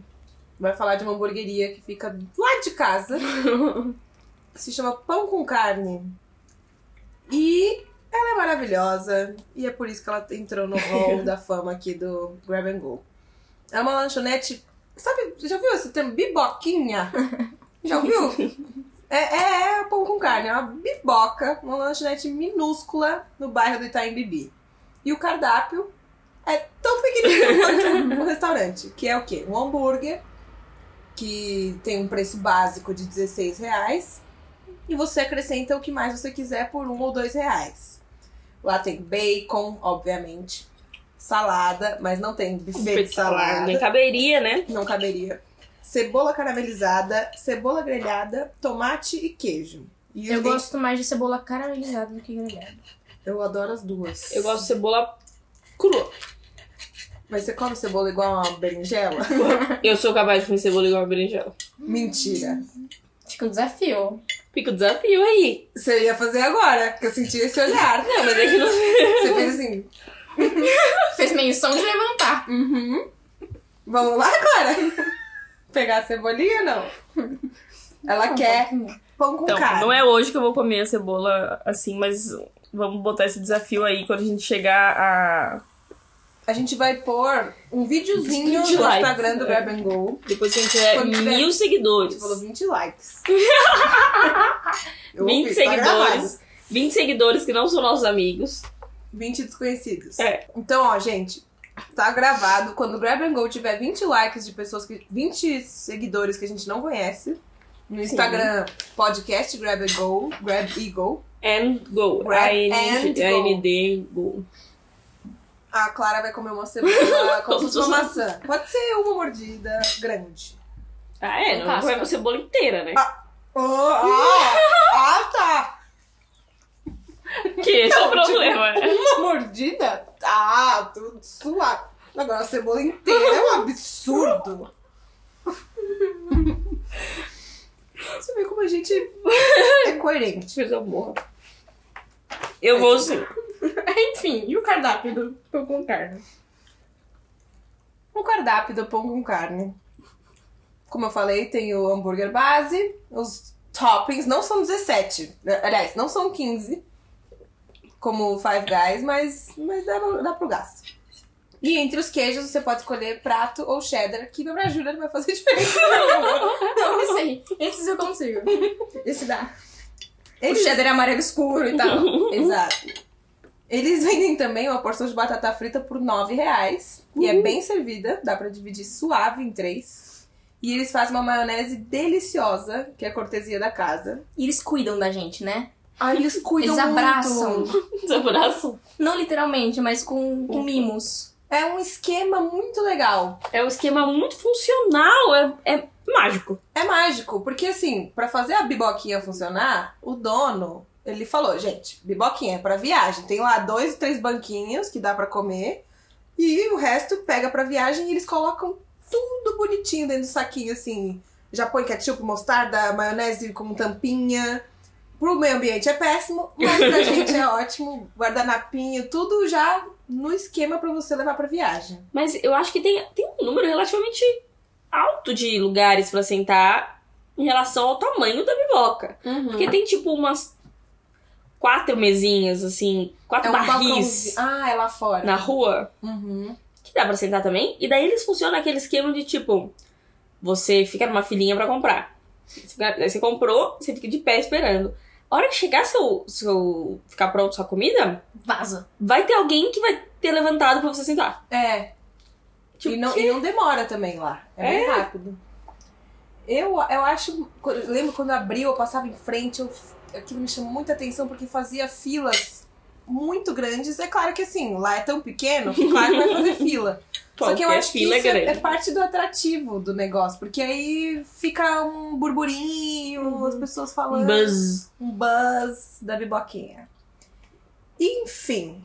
Speaker 2: vai falar de uma hamburgueria que fica lá de casa. que se chama Pão com Carne. E ela é maravilhosa. E é por isso que ela entrou no hall da fama aqui do Grab and Go. É uma lanchonete... Sabe, já viu esse termo? *laughs* Biboquinha? Já ouviu? É, é, é pão com carne, é uma biboca, uma lanchonete minúscula no bairro do Itaim Bibi. E o cardápio é tão pequenininho *laughs* quanto um restaurante, que é o quê? Um hambúrguer, que tem um preço básico de 16 reais, e você acrescenta o que mais você quiser por um ou dois reais. Lá tem bacon, obviamente, salada, mas não tem buffet de salada
Speaker 3: Nem caberia, né?
Speaker 2: não caberia. Cebola caramelizada, cebola grelhada, tomate e queijo. E
Speaker 4: Eu
Speaker 2: tem-
Speaker 4: gosto mais de cebola caramelizada do que grelhada.
Speaker 2: eu adoro as duas.
Speaker 3: Eu gosto de cebola crua.
Speaker 2: Mas você come cebola igual a uma berinjela? *laughs*
Speaker 3: Eu sou capaz de comer cebola igual uma berinjela.
Speaker 2: Mentira.
Speaker 4: Fica um desafio.
Speaker 3: Fica o desafio aí.
Speaker 2: Você ia fazer agora, que eu senti esse olhar.
Speaker 3: Não, mas é que não...
Speaker 2: Você fez assim,
Speaker 4: Fez menção de levantar.
Speaker 2: uhum. Vamos lá agora? *laughs* Pegar a cebolinha ou não? Ela quer pão com
Speaker 6: Então,
Speaker 2: carne.
Speaker 6: não é hoje que eu vou comer a cebola assim, mas vamos botar esse desafio aí quando a gente chegar a.
Speaker 2: A gente vai pôr um videozinho no
Speaker 3: 20 likes,
Speaker 2: Instagram do
Speaker 6: é.
Speaker 2: Grab and Go.
Speaker 3: Depois que a gente tiver
Speaker 2: Quando tiver-
Speaker 3: mil seguidores.
Speaker 2: Você falou 20 likes. Eu
Speaker 3: 20
Speaker 2: ouvi, tá gravado.
Speaker 3: seguidores. 20 seguidores que não são nossos amigos.
Speaker 2: 20 desconhecidos.
Speaker 3: É.
Speaker 2: Então, ó, gente, tá gravado. Quando o Grab and Go tiver 20 likes de pessoas que. 20 seguidores que a gente não conhece. No Instagram, podcast Grab and Go, Grab e Go.
Speaker 3: And go.
Speaker 2: Grab and
Speaker 3: A-N-D,
Speaker 2: go.
Speaker 3: A-N-D, go.
Speaker 2: A Clara vai comer uma *laughs* cebola como se fosse uma
Speaker 3: Como se
Speaker 2: maçã. Pode ser uma mordida grande.
Speaker 3: Ah, é?
Speaker 2: Então tá.
Speaker 3: Não
Speaker 4: Fantástico.
Speaker 3: vai a cebola inteira, né?
Speaker 2: Oh, ah, *laughs* ah, tá!
Speaker 3: Que esse é o problema. né?
Speaker 2: Uma mordida? Ah, tudo suave. Agora a cebola inteira é um absurdo. Você vê como a gente é coerente.
Speaker 3: Coisa boa. Eu vou assim, sim.
Speaker 4: Enfim, e o cardápio do pão com carne?
Speaker 2: O Um cardápio do pão com carne. Como eu falei, tem o hambúrguer base, os toppings não são 17. né? Aliás, não são 15, como o Five Guys, mas, mas dá, dá pro gasto. E entre os queijos, você pode escolher prato ou cheddar, que pra Júlia não vai fazer *laughs* diferença.
Speaker 4: Não sei. Esses eu consigo.
Speaker 2: Esse dá.
Speaker 4: O
Speaker 2: Eles,
Speaker 4: cheddar é amarelo escuro e
Speaker 2: *laughs*
Speaker 4: tal.
Speaker 2: exato. Eles vendem também uma porção de batata frita por 9 reais. E
Speaker 4: Uhum.
Speaker 2: é bem servida, dá pra dividir suave em três. E eles fazem uma maionese deliciosa, que é cortesia da casa.
Speaker 4: E eles cuidam da gente, né?
Speaker 2: Ai, eles cuidam
Speaker 4: Eles abraçam.
Speaker 3: Desabraço.
Speaker 4: Não literalmente, mas com, com mimos.
Speaker 2: É um esquema muito legal.
Speaker 3: É um esquema muito funcional. É, é mágico.
Speaker 2: É mágico, porque assim, pra fazer a biboquinha funcionar, o dono, ele falou, gente, biboquinha é pra viagem. Tem lá dois, três banquinhos que dá pra comer. E o resto pega pra viagem e eles colocam tudo bonitinho dentro do saquinho, assim. Já põe ketchup, mostarda, maionese com tampinha. Pro meio ambiente é péssimo, mas pra
Speaker 3: *laughs*
Speaker 2: gente é ótimo. Guardanapinho, tudo já no esquema pra você levar pra viagem.
Speaker 3: Mas eu acho que tem, tem um número relativamente alto de lugares pra sentar em relação ao tamanho da biboca. Porque tem tipo umas quatro mesinhas, assim, quatro
Speaker 2: É um
Speaker 3: barris
Speaker 2: balcãozinho. Ah, é lá fora.
Speaker 3: na rua.
Speaker 2: Uhum.
Speaker 3: que dá pra sentar também. E daí eles funcionam aquele esquema de tipo: você fica numa filinha pra comprar. Você fica- Aí você comprou, você fica de pé esperando. A hora que chegar seu, seu ficar pronto sua comida,
Speaker 4: Vaza.
Speaker 3: vai ter alguém que vai ter levantado pra você sentar.
Speaker 2: É. e, não, e não demora também lá. É, muito rápido. Eu, eu acho. eu lembro quando abriu, eu passava em frente, eu, aquilo me chamou muita atenção porque fazia filas muito grandes. É claro que assim, lá é tão pequeno, que claro que vai fazer fila. Só que eu
Speaker 6: Qualquer
Speaker 2: acho que
Speaker 6: fila é
Speaker 2: isso é,
Speaker 6: grande.
Speaker 2: é parte do atrativo do negócio, porque aí fica um burburinho, as pessoas falando.
Speaker 3: Um buzz.
Speaker 2: Um buzz da biboquinha. Enfim.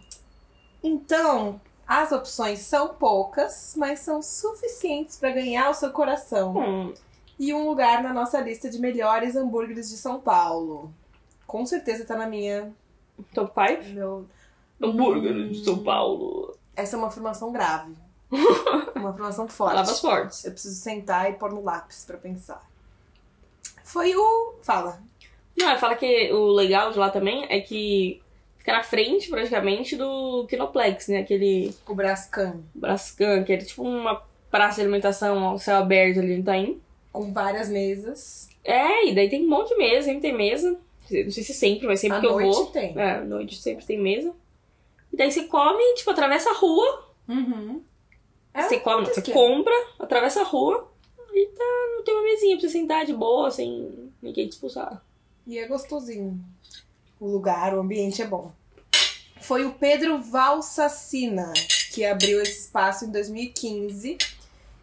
Speaker 2: Então, as opções são poucas, mas são suficientes para ganhar o seu coração.
Speaker 6: Hum,
Speaker 2: E um lugar na nossa lista de melhores hambúrgueres de São Paulo. Com certeza tá na minha.
Speaker 6: top 5?
Speaker 2: meu-
Speaker 6: Hambúrguer de São Paulo.
Speaker 2: Essa é uma afirmação
Speaker 3: *laughs*
Speaker 2: grave. uma afirmação forte.
Speaker 3: Palavras fortes.
Speaker 2: Eu preciso sentar e pôr no lápis pra pensar. Foi o. Fala.
Speaker 3: Não, eu falo que o legal de lá também é que fica na frente, praticamente, do Kinoplex, né? Aquele
Speaker 2: O Brascan.
Speaker 3: Brascan, que é tipo uma praça de alimentação ao céu aberto ali no Itaim.
Speaker 2: Com várias mesas.
Speaker 3: É, e daí tem um monte de mesa, sempre tem mesa. Não sei se sempre, mas sempre
Speaker 2: à
Speaker 3: que eu
Speaker 2: noite
Speaker 3: vou.
Speaker 2: tem.
Speaker 3: É, à noite sempre tem mesa. E daí você come, tipo, atravessa a rua.
Speaker 2: Uhum. É,
Speaker 3: você come, não, você
Speaker 2: esquema.
Speaker 3: compra, atravessa a rua. E tá, não tem uma mesinha pra você sentar de boa, sem ninguém te expulsar.
Speaker 2: E é gostosinho. O lugar, o ambiente é bom. Foi o Pedro Valsacina que abriu esse espaço em 2015.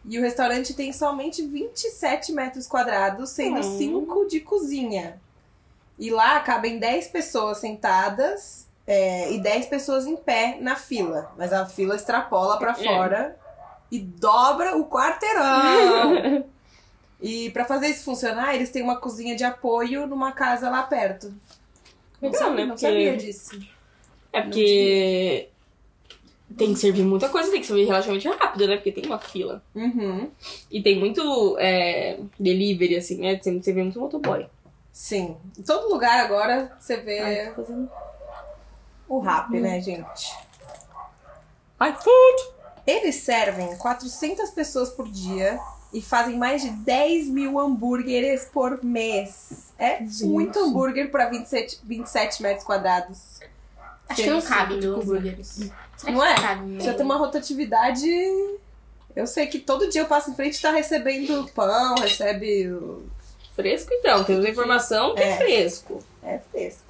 Speaker 2: E o restaurante tem somente 27 metros quadrados, sendo
Speaker 3: Hum.
Speaker 2: 5 de cozinha. E lá cabem 10 pessoas sentadas é, e 10 pessoas em pé na fila. Mas a fila extrapola pra
Speaker 3: É.
Speaker 2: fora e dobra o
Speaker 3: *laughs*
Speaker 2: quarteirão. E pra fazer isso funcionar, eles têm uma cozinha de apoio numa casa lá perto.
Speaker 3: Legal,
Speaker 2: sabia- *laughs*
Speaker 3: né?
Speaker 2: Não
Speaker 3: Porque-
Speaker 2: sabia disso.
Speaker 3: É porque tem que servir muita coisa, tem que servir relativamente rápido, né? Porque tem uma fila.
Speaker 2: Uhum.
Speaker 3: E tem muito é, delivery, assim, né? Tem- Você vê muito motoboy.
Speaker 2: Sim. Em todo lugar agora você vê
Speaker 3: Ai, tô fazendo-
Speaker 2: o rap, né, gente?
Speaker 6: iFood!
Speaker 2: Eles servem 400 pessoas por dia e fazem mais de 10 mil hambúrgueres por mês. É muito hambúrguer pra 27, 27 metros quadrados.
Speaker 4: Acho que não
Speaker 2: Sim,
Speaker 4: cabe né?
Speaker 2: sim,
Speaker 4: no
Speaker 2: cozinha.
Speaker 4: hambúrgueres. Será
Speaker 2: Não
Speaker 4: que
Speaker 2: é?
Speaker 4: Cabe
Speaker 2: Precisa ter uma rotatividade. Eu sei que todo dia eu passo em frente e tá recebendo pão, recebe o-
Speaker 3: Fresco, então. Temos a informação que é,
Speaker 2: É.
Speaker 3: fresco.
Speaker 2: É fresco.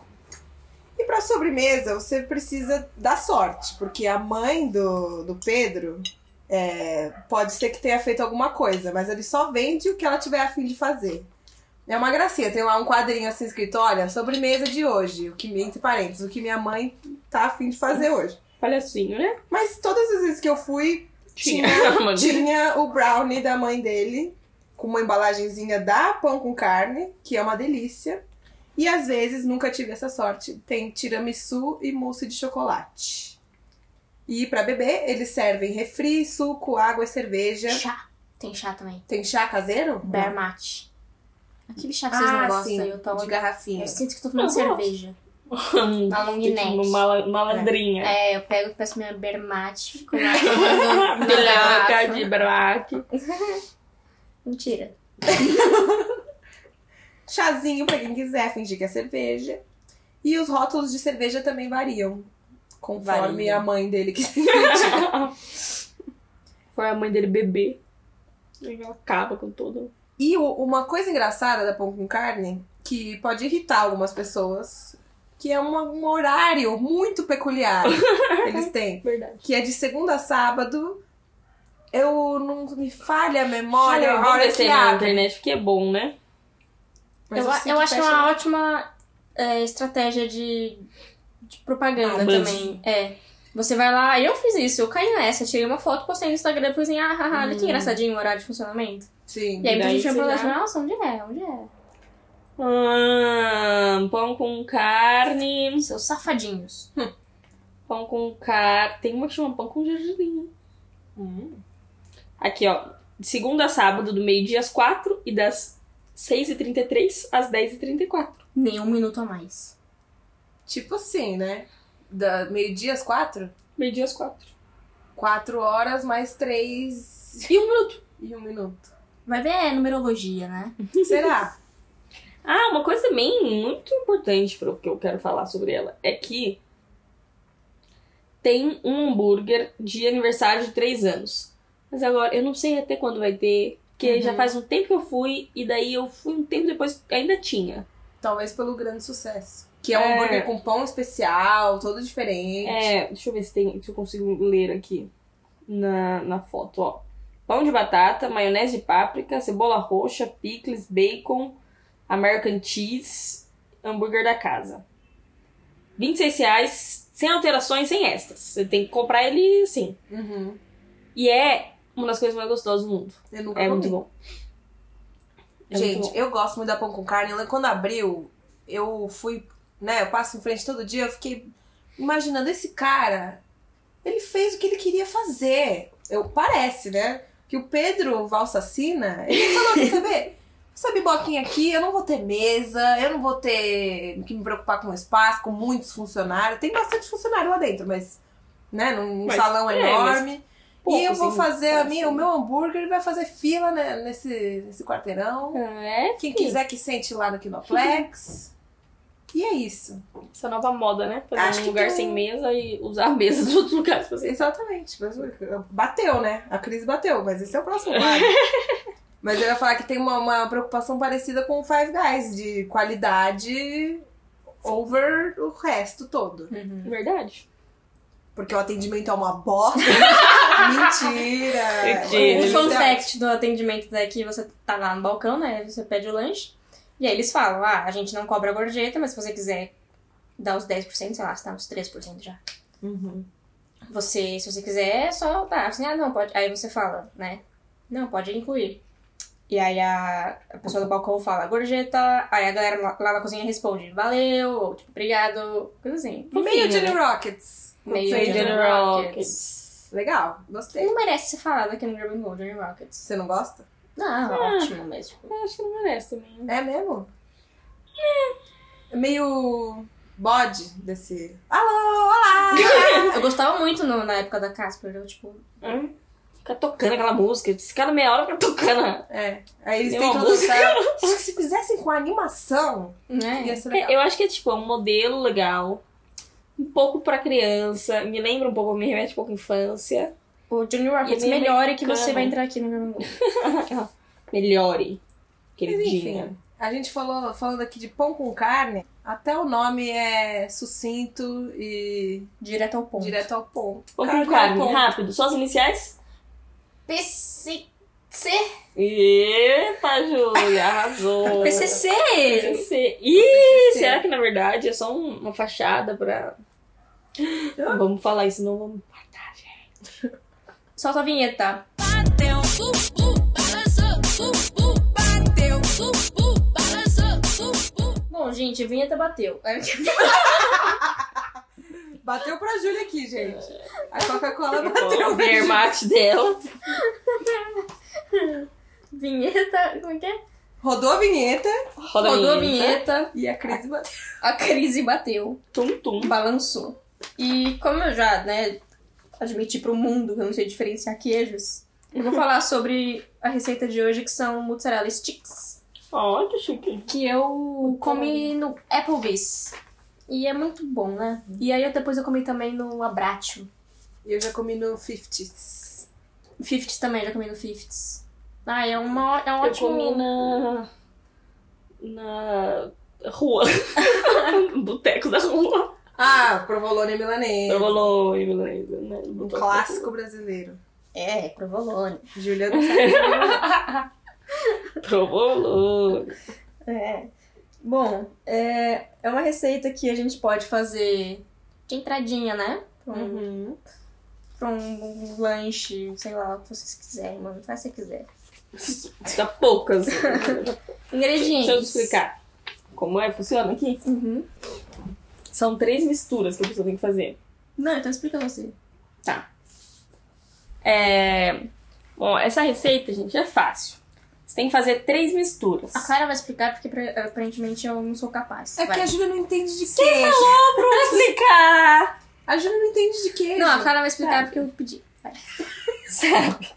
Speaker 2: E pra sobremesa, você precisa da sorte, porque a mãe do, do Pedro é, pode ser que tenha feito alguma coisa, mas ele só vende o que ela tiver afim de fazer. É uma gracinha, tem lá um quadrinho assim escrito, olha, sobremesa de hoje, o que, entre parênteses, o que minha mãe tá afim de fazer hoje.
Speaker 3: Palhacinho, né?
Speaker 2: Mas todas as vezes que eu fui, tinha,
Speaker 3: *laughs* Mano,
Speaker 2: tinha o brownie da mãe dele, com uma embalagenzinha da pão com carne, que é uma delícia. E às vezes, nunca tive essa sorte, tem tiramisu e mousse de chocolate. E pra beber, eles servem refri, suco, água e cerveja.
Speaker 4: Chá. Tem chá também.
Speaker 2: Tem chá caseiro?
Speaker 4: Bear mate. Aquele chá que vocês não
Speaker 2: Ah,
Speaker 4: gostam,
Speaker 2: sim,
Speaker 4: eu tomo.
Speaker 2: de garrafinha.
Speaker 4: Eu sinto que eu tô tomando
Speaker 3: Eu gosto.
Speaker 4: cerveja.
Speaker 3: Hum,
Speaker 4: Na long
Speaker 3: tipo,
Speaker 4: neck.
Speaker 3: mala- malandrinha.
Speaker 4: É, eu pego e peço minha bermate, fico lá tomando na
Speaker 3: Branca
Speaker 4: garrafa.
Speaker 3: de braque.
Speaker 4: Mentira.
Speaker 2: Chazinho pra quem quiser, fingir que é cerveja. E os rótulos de cerveja também variam, conforme
Speaker 3: Variam.
Speaker 2: a mãe dele que
Speaker 3: *laughs* Foi a mãe dele beber. Aí Ela acaba com tudo.
Speaker 2: E o- uma coisa engraçada da pão com carne, que pode irritar algumas pessoas, que é uma- um horário muito peculiar que eles têm,
Speaker 3: Verdade.
Speaker 2: que é de segunda a sábado. Eu não me falha a memória,
Speaker 3: Olha,
Speaker 2: a
Speaker 3: eu vou
Speaker 2: hora que
Speaker 3: descer na
Speaker 2: abre.
Speaker 3: internet porque é bom, né?
Speaker 2: Mas
Speaker 4: eu
Speaker 2: sei
Speaker 4: eu
Speaker 2: que
Speaker 4: acho que é
Speaker 2: fecha-
Speaker 4: uma ótima é, estratégia de, de propaganda
Speaker 3: Ah, buzz.
Speaker 4: também. É. Você vai lá, eu fiz isso, eu caí nessa, tirei uma foto, postei no Instagram e falei assim, ah, haha, olha que engraçadinho o horário de funcionamento.
Speaker 2: Sim.
Speaker 4: E aí muita
Speaker 3: Daí
Speaker 4: gente
Speaker 3: você
Speaker 4: vai pra lá
Speaker 3: já-
Speaker 4: e nossa, onde é? Onde é?
Speaker 3: Ah, pão com carne.
Speaker 4: Seus safadinhos.
Speaker 3: Pão com carne. Tem uma que chama pão com gergelim.
Speaker 2: Hum.
Speaker 3: Aqui, ó. De segunda a sábado, do meio-dia às 4 e das 6h33 às 10h34.
Speaker 4: Nem um minuto a mais.
Speaker 2: Tipo assim, né? Da meio-dia às quatro?
Speaker 3: Meio-dia às 4.
Speaker 2: Quatro horas mais três
Speaker 3: E um minuto.
Speaker 2: e um minuto.
Speaker 4: Vai ver, é numerologia, né?
Speaker 2: Será?
Speaker 3: Ah, uma coisa também muito importante pro que eu quero falar sobre ela é que tem um hambúrguer de aniversário de 3 anos. Mas agora, eu não sei até quando vai ter. Porque já faz um tempo que eu fui, e daí eu fui um tempo depois, ainda tinha.
Speaker 2: Talvez pelo grande sucesso. Que é um
Speaker 3: É.
Speaker 2: hambúrguer com pão especial, todo diferente.
Speaker 3: É, deixa eu ver se, tem, se eu consigo ler aqui na, na foto, ó. Pão de batata, maionese de páprica, cebola roxa, picles, bacon, American cheese, hambúrguer da casa. R$ 26 reais, sem alterações, sem extras. Você tem que comprar ele assim.
Speaker 2: Uhum.
Speaker 3: E é uma das coisas mais gostosas do mundo.
Speaker 2: Eu nunca
Speaker 3: É
Speaker 2: comi.
Speaker 3: muito bom. É
Speaker 2: Gente,
Speaker 3: muito bom.
Speaker 2: eu gosto muito da pão com carne. Eu lembro Quando abriu, eu fui, né? Eu passo em frente todo dia, eu fiquei imaginando esse cara. Ele fez o que ele queria fazer. Eu parece, né? Que o Pedro Valsacina, ele falou, quer saber? Essa biboquinha aqui, eu não vou ter mesa, eu não vou ter que me preocupar com espaço, com muitos funcionários. Tem bastante funcionário lá dentro, mas, né, num
Speaker 6: Mas,
Speaker 2: salão
Speaker 6: é, mas
Speaker 2: enorme e eu
Speaker 3: poucos,
Speaker 2: vou
Speaker 3: hein,
Speaker 2: fazer a
Speaker 3: parece.
Speaker 2: minha, o meu hambúrguer ele vai fazer fila né, nesse, nesse quarteirão.
Speaker 3: É,
Speaker 2: Quem
Speaker 3: filho.
Speaker 2: quiser que sente lá no
Speaker 4: *laughs*
Speaker 2: Kinoplex. E é isso.
Speaker 3: Essa nova moda, né? Fazer
Speaker 2: Acho
Speaker 3: um
Speaker 2: que
Speaker 3: lugar
Speaker 2: tem um-
Speaker 3: sem mesa e usar a mesa *laughs* dos outros lugares. pra você.
Speaker 2: Exatamente. Mas bateu, né? A crise bateu, mas esse é o
Speaker 4: *laughs*
Speaker 2: próximo quadro. mas eu ia falar que tem uma, uma preocupação parecida com o Five Guys, de qualidade over o resto todo.
Speaker 3: Verdade.
Speaker 2: Porque o atendimento é uma
Speaker 4: *laughs*
Speaker 2: bosta. Mentira!
Speaker 6: Mentira.
Speaker 4: O
Speaker 2: Eles
Speaker 4: Um fun
Speaker 2: têm-
Speaker 4: fact do atendimento é que você tá lá no balcão, né? Você pede o lanche. E aí eles falam, ah, a gente não cobra gorjeta, mas se você quiser dar os 10%, sei lá, você tá uns 3% já. Você, se você quiser, só tá. Assim, ah, não, pode. Aí você fala, né? Não, pode incluir. E aí a, a pessoa do balcão fala, gorjeta. Aí a galera lá, lá na cozinha responde, valeu, ou tipo, obrigado, coisa assim.
Speaker 2: Meio Johnny Rockets.
Speaker 4: Meio
Speaker 2: Sei,
Speaker 4: Johnny
Speaker 2: Johnny-
Speaker 4: Rockets.
Speaker 2: Legal, gostei.
Speaker 4: Não merece ser falado aqui no Grab Gold, Johnny Rockets.
Speaker 2: Você não gosta?
Speaker 4: Não, ótimo mesmo.
Speaker 3: Eu acho que não merece também.
Speaker 2: É mesmo? É meio bode desse. Alô, olá!
Speaker 4: Eu gostava muito no- na época da Casper, eu, tipo,
Speaker 3: Hum? Fica tocando aquela música. Esse cara meia hora fica tocando.
Speaker 2: É. Aí eles
Speaker 3: Tem
Speaker 2: têm
Speaker 3: uma
Speaker 2: que dançar. Acho que se fizessem com animação, ia
Speaker 4: né?
Speaker 2: ser legal.
Speaker 3: É, eu acho que é tipo é um modelo legal. Um pouco pra criança. Me lembra um pouco, me remete um pouco à infância.
Speaker 4: O Johnny Rockets
Speaker 3: E meio
Speaker 4: melhor é que
Speaker 3: americano.
Speaker 4: você vai entrar aqui no Grab Gold.
Speaker 3: Melhore,
Speaker 2: Mas
Speaker 3: queridinha.
Speaker 2: enfim, a gente falou falando aqui de pão com carne, até o nome é sucinto e
Speaker 4: Direto ao ponto.
Speaker 2: direto ao ponto.
Speaker 3: Pô,
Speaker 2: Carne
Speaker 3: com
Speaker 2: ao
Speaker 3: carne,
Speaker 2: é ponto.
Speaker 3: rápido. Só as iniciais?
Speaker 4: PC... É.
Speaker 3: Epa, Júlia,
Speaker 4: *laughs*
Speaker 3: arrasou.
Speaker 4: PCC!
Speaker 3: PCC. Ih, será que na verdade é só um- uma fachada pra. Não Vamos falar isso, não vamos matar, gente.
Speaker 4: Solta a vinheta. Bom, gente, a vinheta bateu. *laughs*
Speaker 2: Bateu pra Júlia aqui, gente. A
Speaker 3: *laughs*
Speaker 2: Coca-Cola
Speaker 3: Vou
Speaker 2: bateu pra
Speaker 3: ver
Speaker 2: Júlia.
Speaker 3: mate dela.
Speaker 4: vinheta, como é que é?
Speaker 2: Rodou a vinheta
Speaker 3: Roda
Speaker 4: Rodou a
Speaker 3: vinheta.
Speaker 4: vinheta,
Speaker 2: e a Cris bateu.
Speaker 4: a crise bateu,
Speaker 3: Tum, tum.
Speaker 4: balançou. E como eu já, né, admiti pro mundo que eu não sei diferenciar queijos, eu vou
Speaker 3: *laughs*
Speaker 4: falar sobre a receita de hoje que são mozzarella sticks.
Speaker 3: Ó, que chique.
Speaker 4: que eu comi no Applebee's. E é muito bom, né?
Speaker 3: Uhum.
Speaker 4: E aí eu- depois eu comi também no Abratio.
Speaker 2: E eu já comi no 50s.
Speaker 4: Fifties também, já comi no Fifties. Ah, é, uma, é um
Speaker 3: Eu
Speaker 4: ótimo...
Speaker 3: comi na. na rua. No Boteco da rua.
Speaker 2: Ah, provolone milanês.
Speaker 3: Provolone, milanesa, né?
Speaker 2: Um
Speaker 3: Boteco.
Speaker 2: clássico brasileiro.
Speaker 4: É, provolone.
Speaker 2: Júlia não sabe.
Speaker 3: Provolone.
Speaker 4: É. Bom, é, é uma receita que a gente pode fazer de entradinha, né? Pra
Speaker 3: Uhum.
Speaker 4: um, pra um lanche, sei lá, o que vocês quiserem, mano. Faz o que você quiser.
Speaker 3: Dá poucas.
Speaker 4: Ingredientes.
Speaker 3: Deixa eu te explicar como é, funciona aqui.
Speaker 4: Uhum.
Speaker 3: São três misturas que a pessoa tem que fazer.
Speaker 4: Não, então explica você.
Speaker 3: É... Bom, essa receita, gente, é fácil. Você tem que fazer três misturas.
Speaker 4: A Clara vai explicar porque pra- aparentemente eu não sou capaz.
Speaker 2: É
Speaker 4: Vai.
Speaker 2: que a Júlia não entende de queijo.
Speaker 3: Vou explicar!
Speaker 2: A Júlia não entende de queijo.
Speaker 4: Não, a Clara vai explicar porque eu pedi.
Speaker 3: *laughs* Sabe?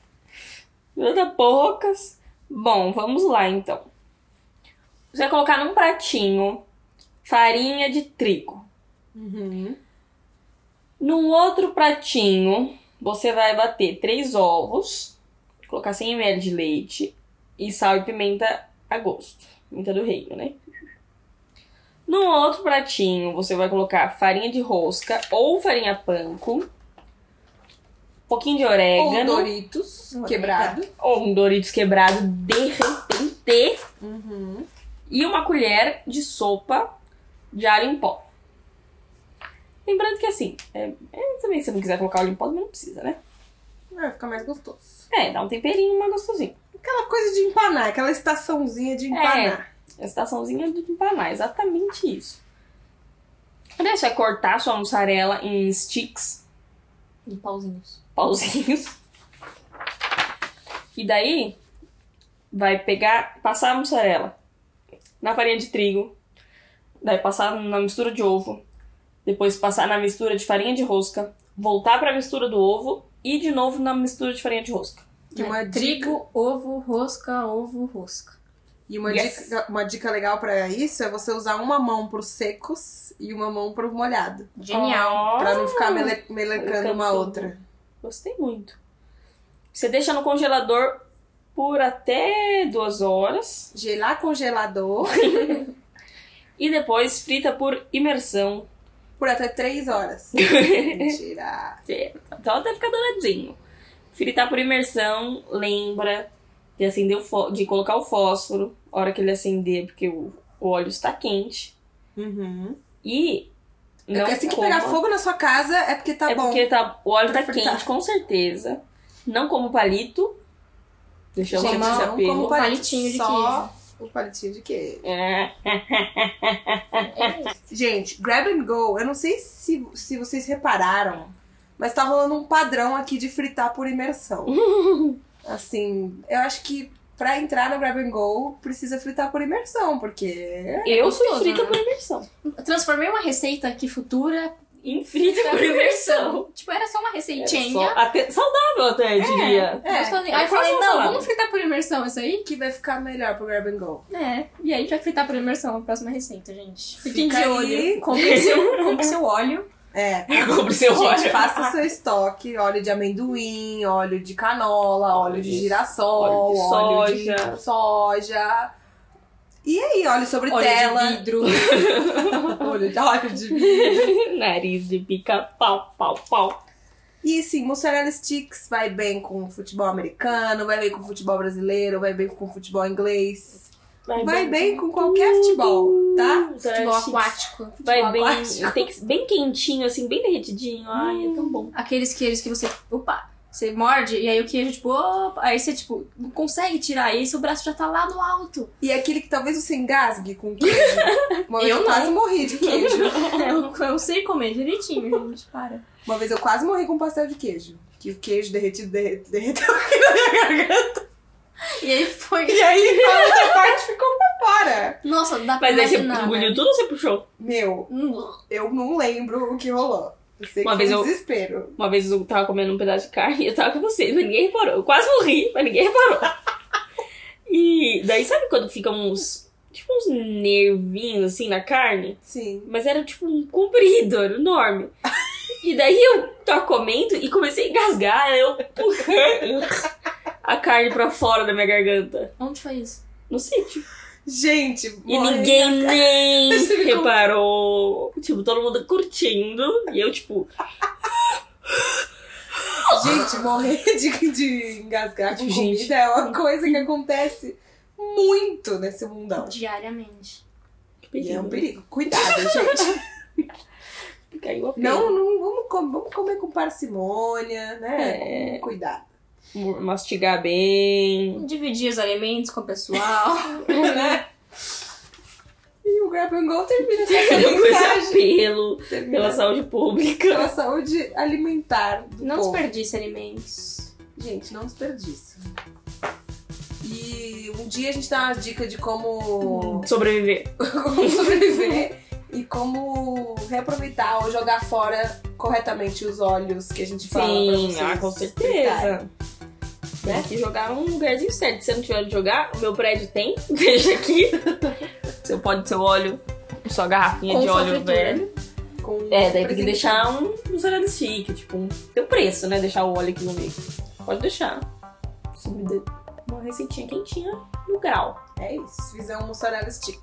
Speaker 3: Nada poucas. Bom, vamos lá então. Você vai colocar num pratinho farinha de trigo.
Speaker 2: Uhum.
Speaker 3: Num outro pratinho, você vai bater três ovos. Colocar 100 ml de leite e sal e pimenta a gosto. Pimenta do reino, né? No outro pratinho, você vai colocar farinha de rosca ou farinha panko, um pouquinho de
Speaker 2: Ou
Speaker 3: orégano
Speaker 2: Doritos quebrado.
Speaker 3: ou um Doritos quebrado de repente
Speaker 2: Uhum.
Speaker 3: e uma colher de sopa de alho em pó. Lembrando que assim, é, é, também se você não quiser colocar alho em pó, também não precisa, né?
Speaker 2: Vai ficar mais gostoso.
Speaker 3: É, dá um temperinho mais gostosinho.
Speaker 2: Aquela coisa de empanar, aquela estaçãozinha de empanar.
Speaker 3: A estaçãozinha do empanar, exatamente isso. Daí você vai cortar sua mussarela em sticks,
Speaker 4: Em
Speaker 2: Um
Speaker 4: pauzinhos.
Speaker 3: pauzinhos. E daí vai pegar, passar a mussarela na farinha de trigo, daí passar na mistura de ovo, depois passar na mistura de farinha de rosca, voltar para a mistura do ovo e de novo na mistura de farinha de rosca.
Speaker 2: E uma
Speaker 3: É,
Speaker 2: dica,
Speaker 4: Trigo, ovo, rosca, ovo, rosca.
Speaker 2: e uma,
Speaker 3: Yes.
Speaker 2: dica, uma dica legal pra isso é você usar uma mão pros secos e uma mão pro molhado.
Speaker 4: Genial.
Speaker 3: Ah!
Speaker 2: Pra não ficar mele- melecando
Speaker 3: Melecando
Speaker 2: uma
Speaker 3: tudo.
Speaker 2: outra.
Speaker 3: Gostei muito. Você deixa no congelador por até duas horas
Speaker 2: Gelar congelador
Speaker 3: e depois frita por imersão.
Speaker 2: por até três horas. Mentira.
Speaker 3: Então até fica douradinho. Fritar tá por imersão, lembra de acender o fó- de colocar o fósforo, a hora que ele acender, porque o, o óleo está quente.
Speaker 2: Uhum.
Speaker 3: E não
Speaker 2: assim que
Speaker 3: coma.
Speaker 2: pegar fogo na sua casa é porque tá
Speaker 3: é
Speaker 2: bom.
Speaker 3: porque tá, o óleo
Speaker 2: Pra
Speaker 3: tá
Speaker 2: fritar.
Speaker 3: quente, com certeza. Não como palito. Deixa eu
Speaker 2: Gente,
Speaker 3: sentir esse
Speaker 2: não
Speaker 3: apelo.
Speaker 2: como
Speaker 4: O
Speaker 2: palito,
Speaker 4: palitinho de
Speaker 2: só o palitinho de queijo.
Speaker 3: É.
Speaker 2: Gente, grab and go. Eu não sei se, se vocês repararam, mas tá rolando um padrão aqui de fritar por imersão. assim, eu acho que pra entrar no grab and go precisa fritar por imersão, porque é
Speaker 3: Eu
Speaker 4: gostoso,
Speaker 3: fui frita
Speaker 4: né?
Speaker 3: por imersão.
Speaker 4: Transformei uma receita
Speaker 3: *laughs*
Speaker 4: que futura
Speaker 3: Em frita
Speaker 4: pra
Speaker 3: por imersão.
Speaker 4: diversão. Tipo, era só uma
Speaker 3: Era
Speaker 4: receitinha.
Speaker 3: só até- saudável até, eu diria. *laughs*
Speaker 2: é,
Speaker 4: Gostosinha.
Speaker 3: era
Speaker 4: Aí eu falei,
Speaker 3: quase uma
Speaker 4: não,
Speaker 3: salada.
Speaker 4: vamos fritar por imersão isso aí?
Speaker 2: que vai ficar melhor pro grab and go.
Speaker 4: É, e aí vai fritar por imersão a próxima receita, gente. Fiquem
Speaker 2: Fica
Speaker 4: de
Speaker 2: aí.
Speaker 4: olho. Compre seu, compre seu *laughs* óleo.
Speaker 2: É,
Speaker 3: Compre seu
Speaker 2: gente,
Speaker 3: óleo.
Speaker 2: faça seu estoque, óleo de amendoim, óleo de canola, óleo de
Speaker 3: Isso.
Speaker 2: girassol,
Speaker 3: Óleo
Speaker 2: óleo
Speaker 3: de
Speaker 2: de soja. E aí, óleo sobre
Speaker 4: Óleo de
Speaker 2: tela. *laughs*
Speaker 4: vidro.
Speaker 2: óleo de óleo de vidro.
Speaker 3: Nariz de pica, pau, pau, pau.
Speaker 2: E sim, mussarela sticks vai bem com futebol americano, vai bem com futebol brasileiro, vai bem com futebol inglês. Vai bem com qualquer futebol, tá?
Speaker 4: *laughs* Futebol aquático.
Speaker 3: Vai
Speaker 4: futebol
Speaker 3: bem,
Speaker 4: aquático.
Speaker 3: tem que ser bem quentinho, assim, bem derretidinho. Ai, é tão bom.
Speaker 4: Aqueles queijos que você, opa, você morde e aí o queijo, tipo, opa, aí você, tipo, não consegue tirar isso, o braço já tá lá no *laughs* alto.
Speaker 2: E aquele que talvez você engasgue com queijo. Uma vez
Speaker 4: Eu
Speaker 2: eu,
Speaker 4: não.
Speaker 2: quase morri de queijo.
Speaker 4: eu, eu sei comer direitinho, gente, para.
Speaker 2: Uma vez eu quase morri com um pastel de queijo. Que o queijo derretido derre- derreteu aqui na minha garganta.
Speaker 4: E aí foi.
Speaker 2: E aí *laughs* a outra parte ficou pra fora.
Speaker 4: Nossa, dá pra
Speaker 3: Mas é aí você
Speaker 4: imaginar. né?
Speaker 3: engoliu tudo ou você puxou?
Speaker 2: Meu,
Speaker 4: tudo?
Speaker 2: eu não lembro o que rolou. Eu sei
Speaker 3: Uma
Speaker 2: que
Speaker 3: vez
Speaker 2: foi um
Speaker 3: eu-
Speaker 2: desespero.
Speaker 3: Uma vez eu tava comendo um pedaço de carne e eu tava com você, mas ninguém reparou. Eu quase morri, mas ninguém *laughs* reparou. E daí sabe quando ficam uns. Tipo uns nervinhos assim na carne?
Speaker 2: Sim.
Speaker 3: Mas era tipo um comprido, era enorme. E daí eu tava comendo e comecei a engasgar, eu empurrando a carne pra fora da minha garganta. tipo,
Speaker 4: Onde foi isso?
Speaker 3: No sítio.
Speaker 2: Gente,
Speaker 3: E
Speaker 2: morri.
Speaker 3: ninguém nem
Speaker 2: *laughs* Você ficou-
Speaker 3: reparou. Tipo, todo mundo curtindo. E eu, tipo,
Speaker 2: Gente, morrer *laughs* de, de engasgar com
Speaker 3: Gente.
Speaker 2: comida é uma coisa que acontece muito nesse mundão.
Speaker 4: Diariamente.
Speaker 3: que
Speaker 2: E é um
Speaker 3: perigo. né?
Speaker 2: perigo. Cuidado,
Speaker 3: *laughs*
Speaker 2: gente.
Speaker 3: Caiu a pena.
Speaker 2: Não, não vamos, com- vamos comer com parcimônia, né?
Speaker 3: É.
Speaker 2: Com cuidado. *laughs*
Speaker 3: Mastigar bem.
Speaker 4: Dividir os alimentos com o pessoal.
Speaker 2: né? E o Grab and Go *laughs* termina com essa
Speaker 3: Com esse
Speaker 2: mensagem.
Speaker 3: apelo
Speaker 2: Termina
Speaker 3: pela saúde pública.
Speaker 2: pela saúde alimentar do
Speaker 4: Não
Speaker 2: povo.
Speaker 4: desperdice alimentos.
Speaker 2: Gente, não desperdiça. E um dia a gente dá uma dica de como,
Speaker 3: Sobreviver.
Speaker 2: *laughs* como *laughs* sobreviver e como reaproveitar ou jogar fora corretamente os óleos que a gente fala pra
Speaker 3: Sim,
Speaker 2: vocês
Speaker 3: ah, com
Speaker 2: fritarem.
Speaker 3: certeza. Tem que jogar num lugarzinho certo. Se não tiver onde jogar, o meu prédio tem. *laughs*
Speaker 2: *laughs*
Speaker 3: Veja aqui. Você pode seu óleo, sua garrafinha
Speaker 4: Com
Speaker 3: de
Speaker 4: sua
Speaker 3: óleo
Speaker 4: fritura.
Speaker 3: velho.
Speaker 2: Com
Speaker 3: É, daí tem que
Speaker 2: presentinho.
Speaker 3: deixar um, um cerado chique, tipo, um- tem um preço, né? Deixar o óleo aqui no meio. Pode deixar. Se
Speaker 6: Comida
Speaker 3: Uma receitinha quentinha no grau.
Speaker 2: É isso. Fizer um mussarela stick.